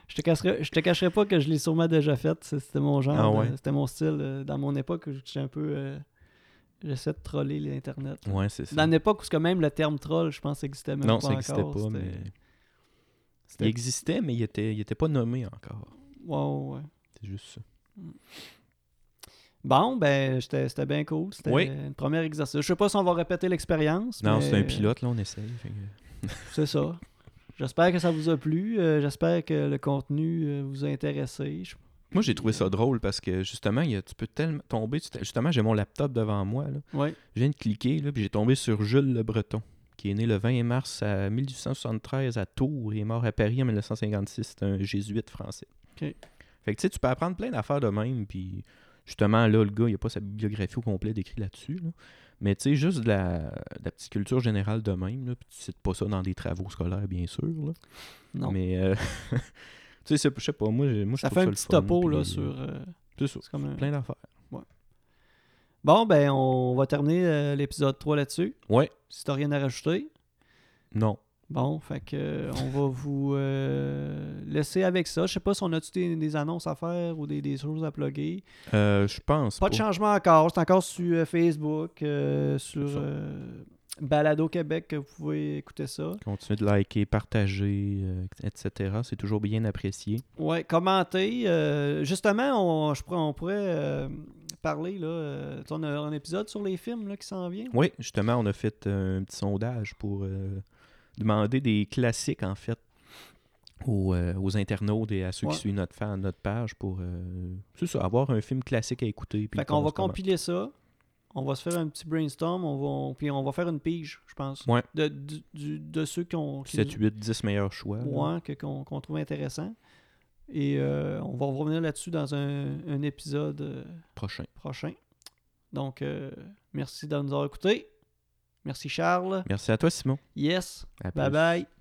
[SPEAKER 1] Je te, cacherai, je te cacherai pas que je l'ai sûrement déjà fait. c'est- C'était mon genre.
[SPEAKER 2] Ah ouais?
[SPEAKER 1] euh, C'était mon style. euh, dans mon époque, j'étais un peu. euh, J'essaie de troller l'Internet.
[SPEAKER 2] Ouais, c'est ça.
[SPEAKER 1] Dans une époque où ce que même le terme troll, je pense, existait même
[SPEAKER 2] Non,
[SPEAKER 1] pas
[SPEAKER 2] ça n'existait
[SPEAKER 1] encore,
[SPEAKER 2] pas,
[SPEAKER 1] c'était-
[SPEAKER 2] mais. Il
[SPEAKER 1] c'était-
[SPEAKER 2] existait, mais il était, il était pas nommé encore.
[SPEAKER 1] Ouais, ouais, ouais.
[SPEAKER 2] C'est juste ça.
[SPEAKER 1] Bon, ben, j'étais- c'était bien cool. C'était
[SPEAKER 2] Oui.
[SPEAKER 1] un premier exercice. Je sais pas si on va répéter l'expérience.
[SPEAKER 2] Non,
[SPEAKER 1] mais
[SPEAKER 2] c'est un pilote, là, on essaye. fait que-
[SPEAKER 1] C'est ça. J'espère que ça vous a plu. Euh, J'espère que le contenu euh, vous a intéressé. Je-
[SPEAKER 2] Moi, j'ai trouvé ça drôle parce que justement, il y a- tu peux tellement tomber. tu t'es- Justement, j'ai mon laptop devant moi. Là.
[SPEAKER 1] Ouais.
[SPEAKER 2] Je viens de cliquer, là, puis j'ai tombé sur Jules Le Breton, qui est né le 20 mars à 1873 à Tours et est mort à Paris en 1956. C'est un jésuite français.
[SPEAKER 1] OK.
[SPEAKER 2] Fait que tu sais, tu peux apprendre plein d'affaires de même, puis justement, là, le gars, il a pas sa bibliographie au complet décrite là-dessus. là. Mais tu sais, juste de la, de la petite culture générale de même, là, puis tu cites pas ça dans des travaux scolaires, bien sûr. là.
[SPEAKER 1] Non.
[SPEAKER 2] Mais, euh, tu sais, c'est- je sais pas, moi, j'ai- moi je
[SPEAKER 1] ça
[SPEAKER 2] trouve
[SPEAKER 1] fait un
[SPEAKER 2] le
[SPEAKER 1] petit
[SPEAKER 2] fun,
[SPEAKER 1] topo
[SPEAKER 2] puis,
[SPEAKER 1] là,
[SPEAKER 2] euh,
[SPEAKER 1] sur. euh,
[SPEAKER 2] c'est ça,
[SPEAKER 1] c'est comme un-
[SPEAKER 2] plein d'affaires.
[SPEAKER 1] Bon, ben, on va terminer euh, l'épisode 3 là-dessus.
[SPEAKER 2] Ouais,
[SPEAKER 1] Si t'as rien à rajouter.
[SPEAKER 2] non.
[SPEAKER 1] Bon, fait que euh, on va vous euh, laisser avec ça. Je sais pas si on a-tu des, des annonces à faire ou des, des choses à plugger.
[SPEAKER 2] Euh, je pense.
[SPEAKER 1] Pas de changement encore. C'est encore sur euh, Facebook, euh, sur
[SPEAKER 2] C'est ça.
[SPEAKER 1] euh, Balado Québec que vous pouvez écouter ça.
[SPEAKER 2] Continuez de liker, partager, euh, etc. C'est toujours bien apprécié.
[SPEAKER 1] Ouais, commenter. euh, justement, on, je pourrais- on pourrait euh, parler. Là, euh, on a un épisode sur les films là, qui s'en vient.
[SPEAKER 2] Oui, justement, on a fait euh, un petit sondage pour euh, demander des classiques, en fait, aux, euh, aux internautes et à ceux
[SPEAKER 1] Ouais.
[SPEAKER 2] qui suivent notre, fan, notre page pour euh, c'est ça, avoir un film classique à écouter. puis
[SPEAKER 1] Fait qu'on va
[SPEAKER 2] se commente.
[SPEAKER 1] compiler ça. On va se faire un petit brainstorm. On va, on- puis on va faire une pige, je pense.
[SPEAKER 2] Ouais.
[SPEAKER 1] De, du- du- de ceux qui ont. qui
[SPEAKER 2] 7,
[SPEAKER 1] nous-
[SPEAKER 2] 8, 10 meilleurs choix. là.
[SPEAKER 1] ouais, que- qu'on qu'on trouve intéressant. Et euh, on va revenir là-dessus dans un, un épisode euh,
[SPEAKER 2] Prochain.
[SPEAKER 1] prochain. Donc, euh, merci de nous avoir écoutés. Merci Charles.
[SPEAKER 2] Merci à toi, Simon.
[SPEAKER 1] Yes.
[SPEAKER 2] À
[SPEAKER 1] Bye
[SPEAKER 2] plus.
[SPEAKER 1] bye.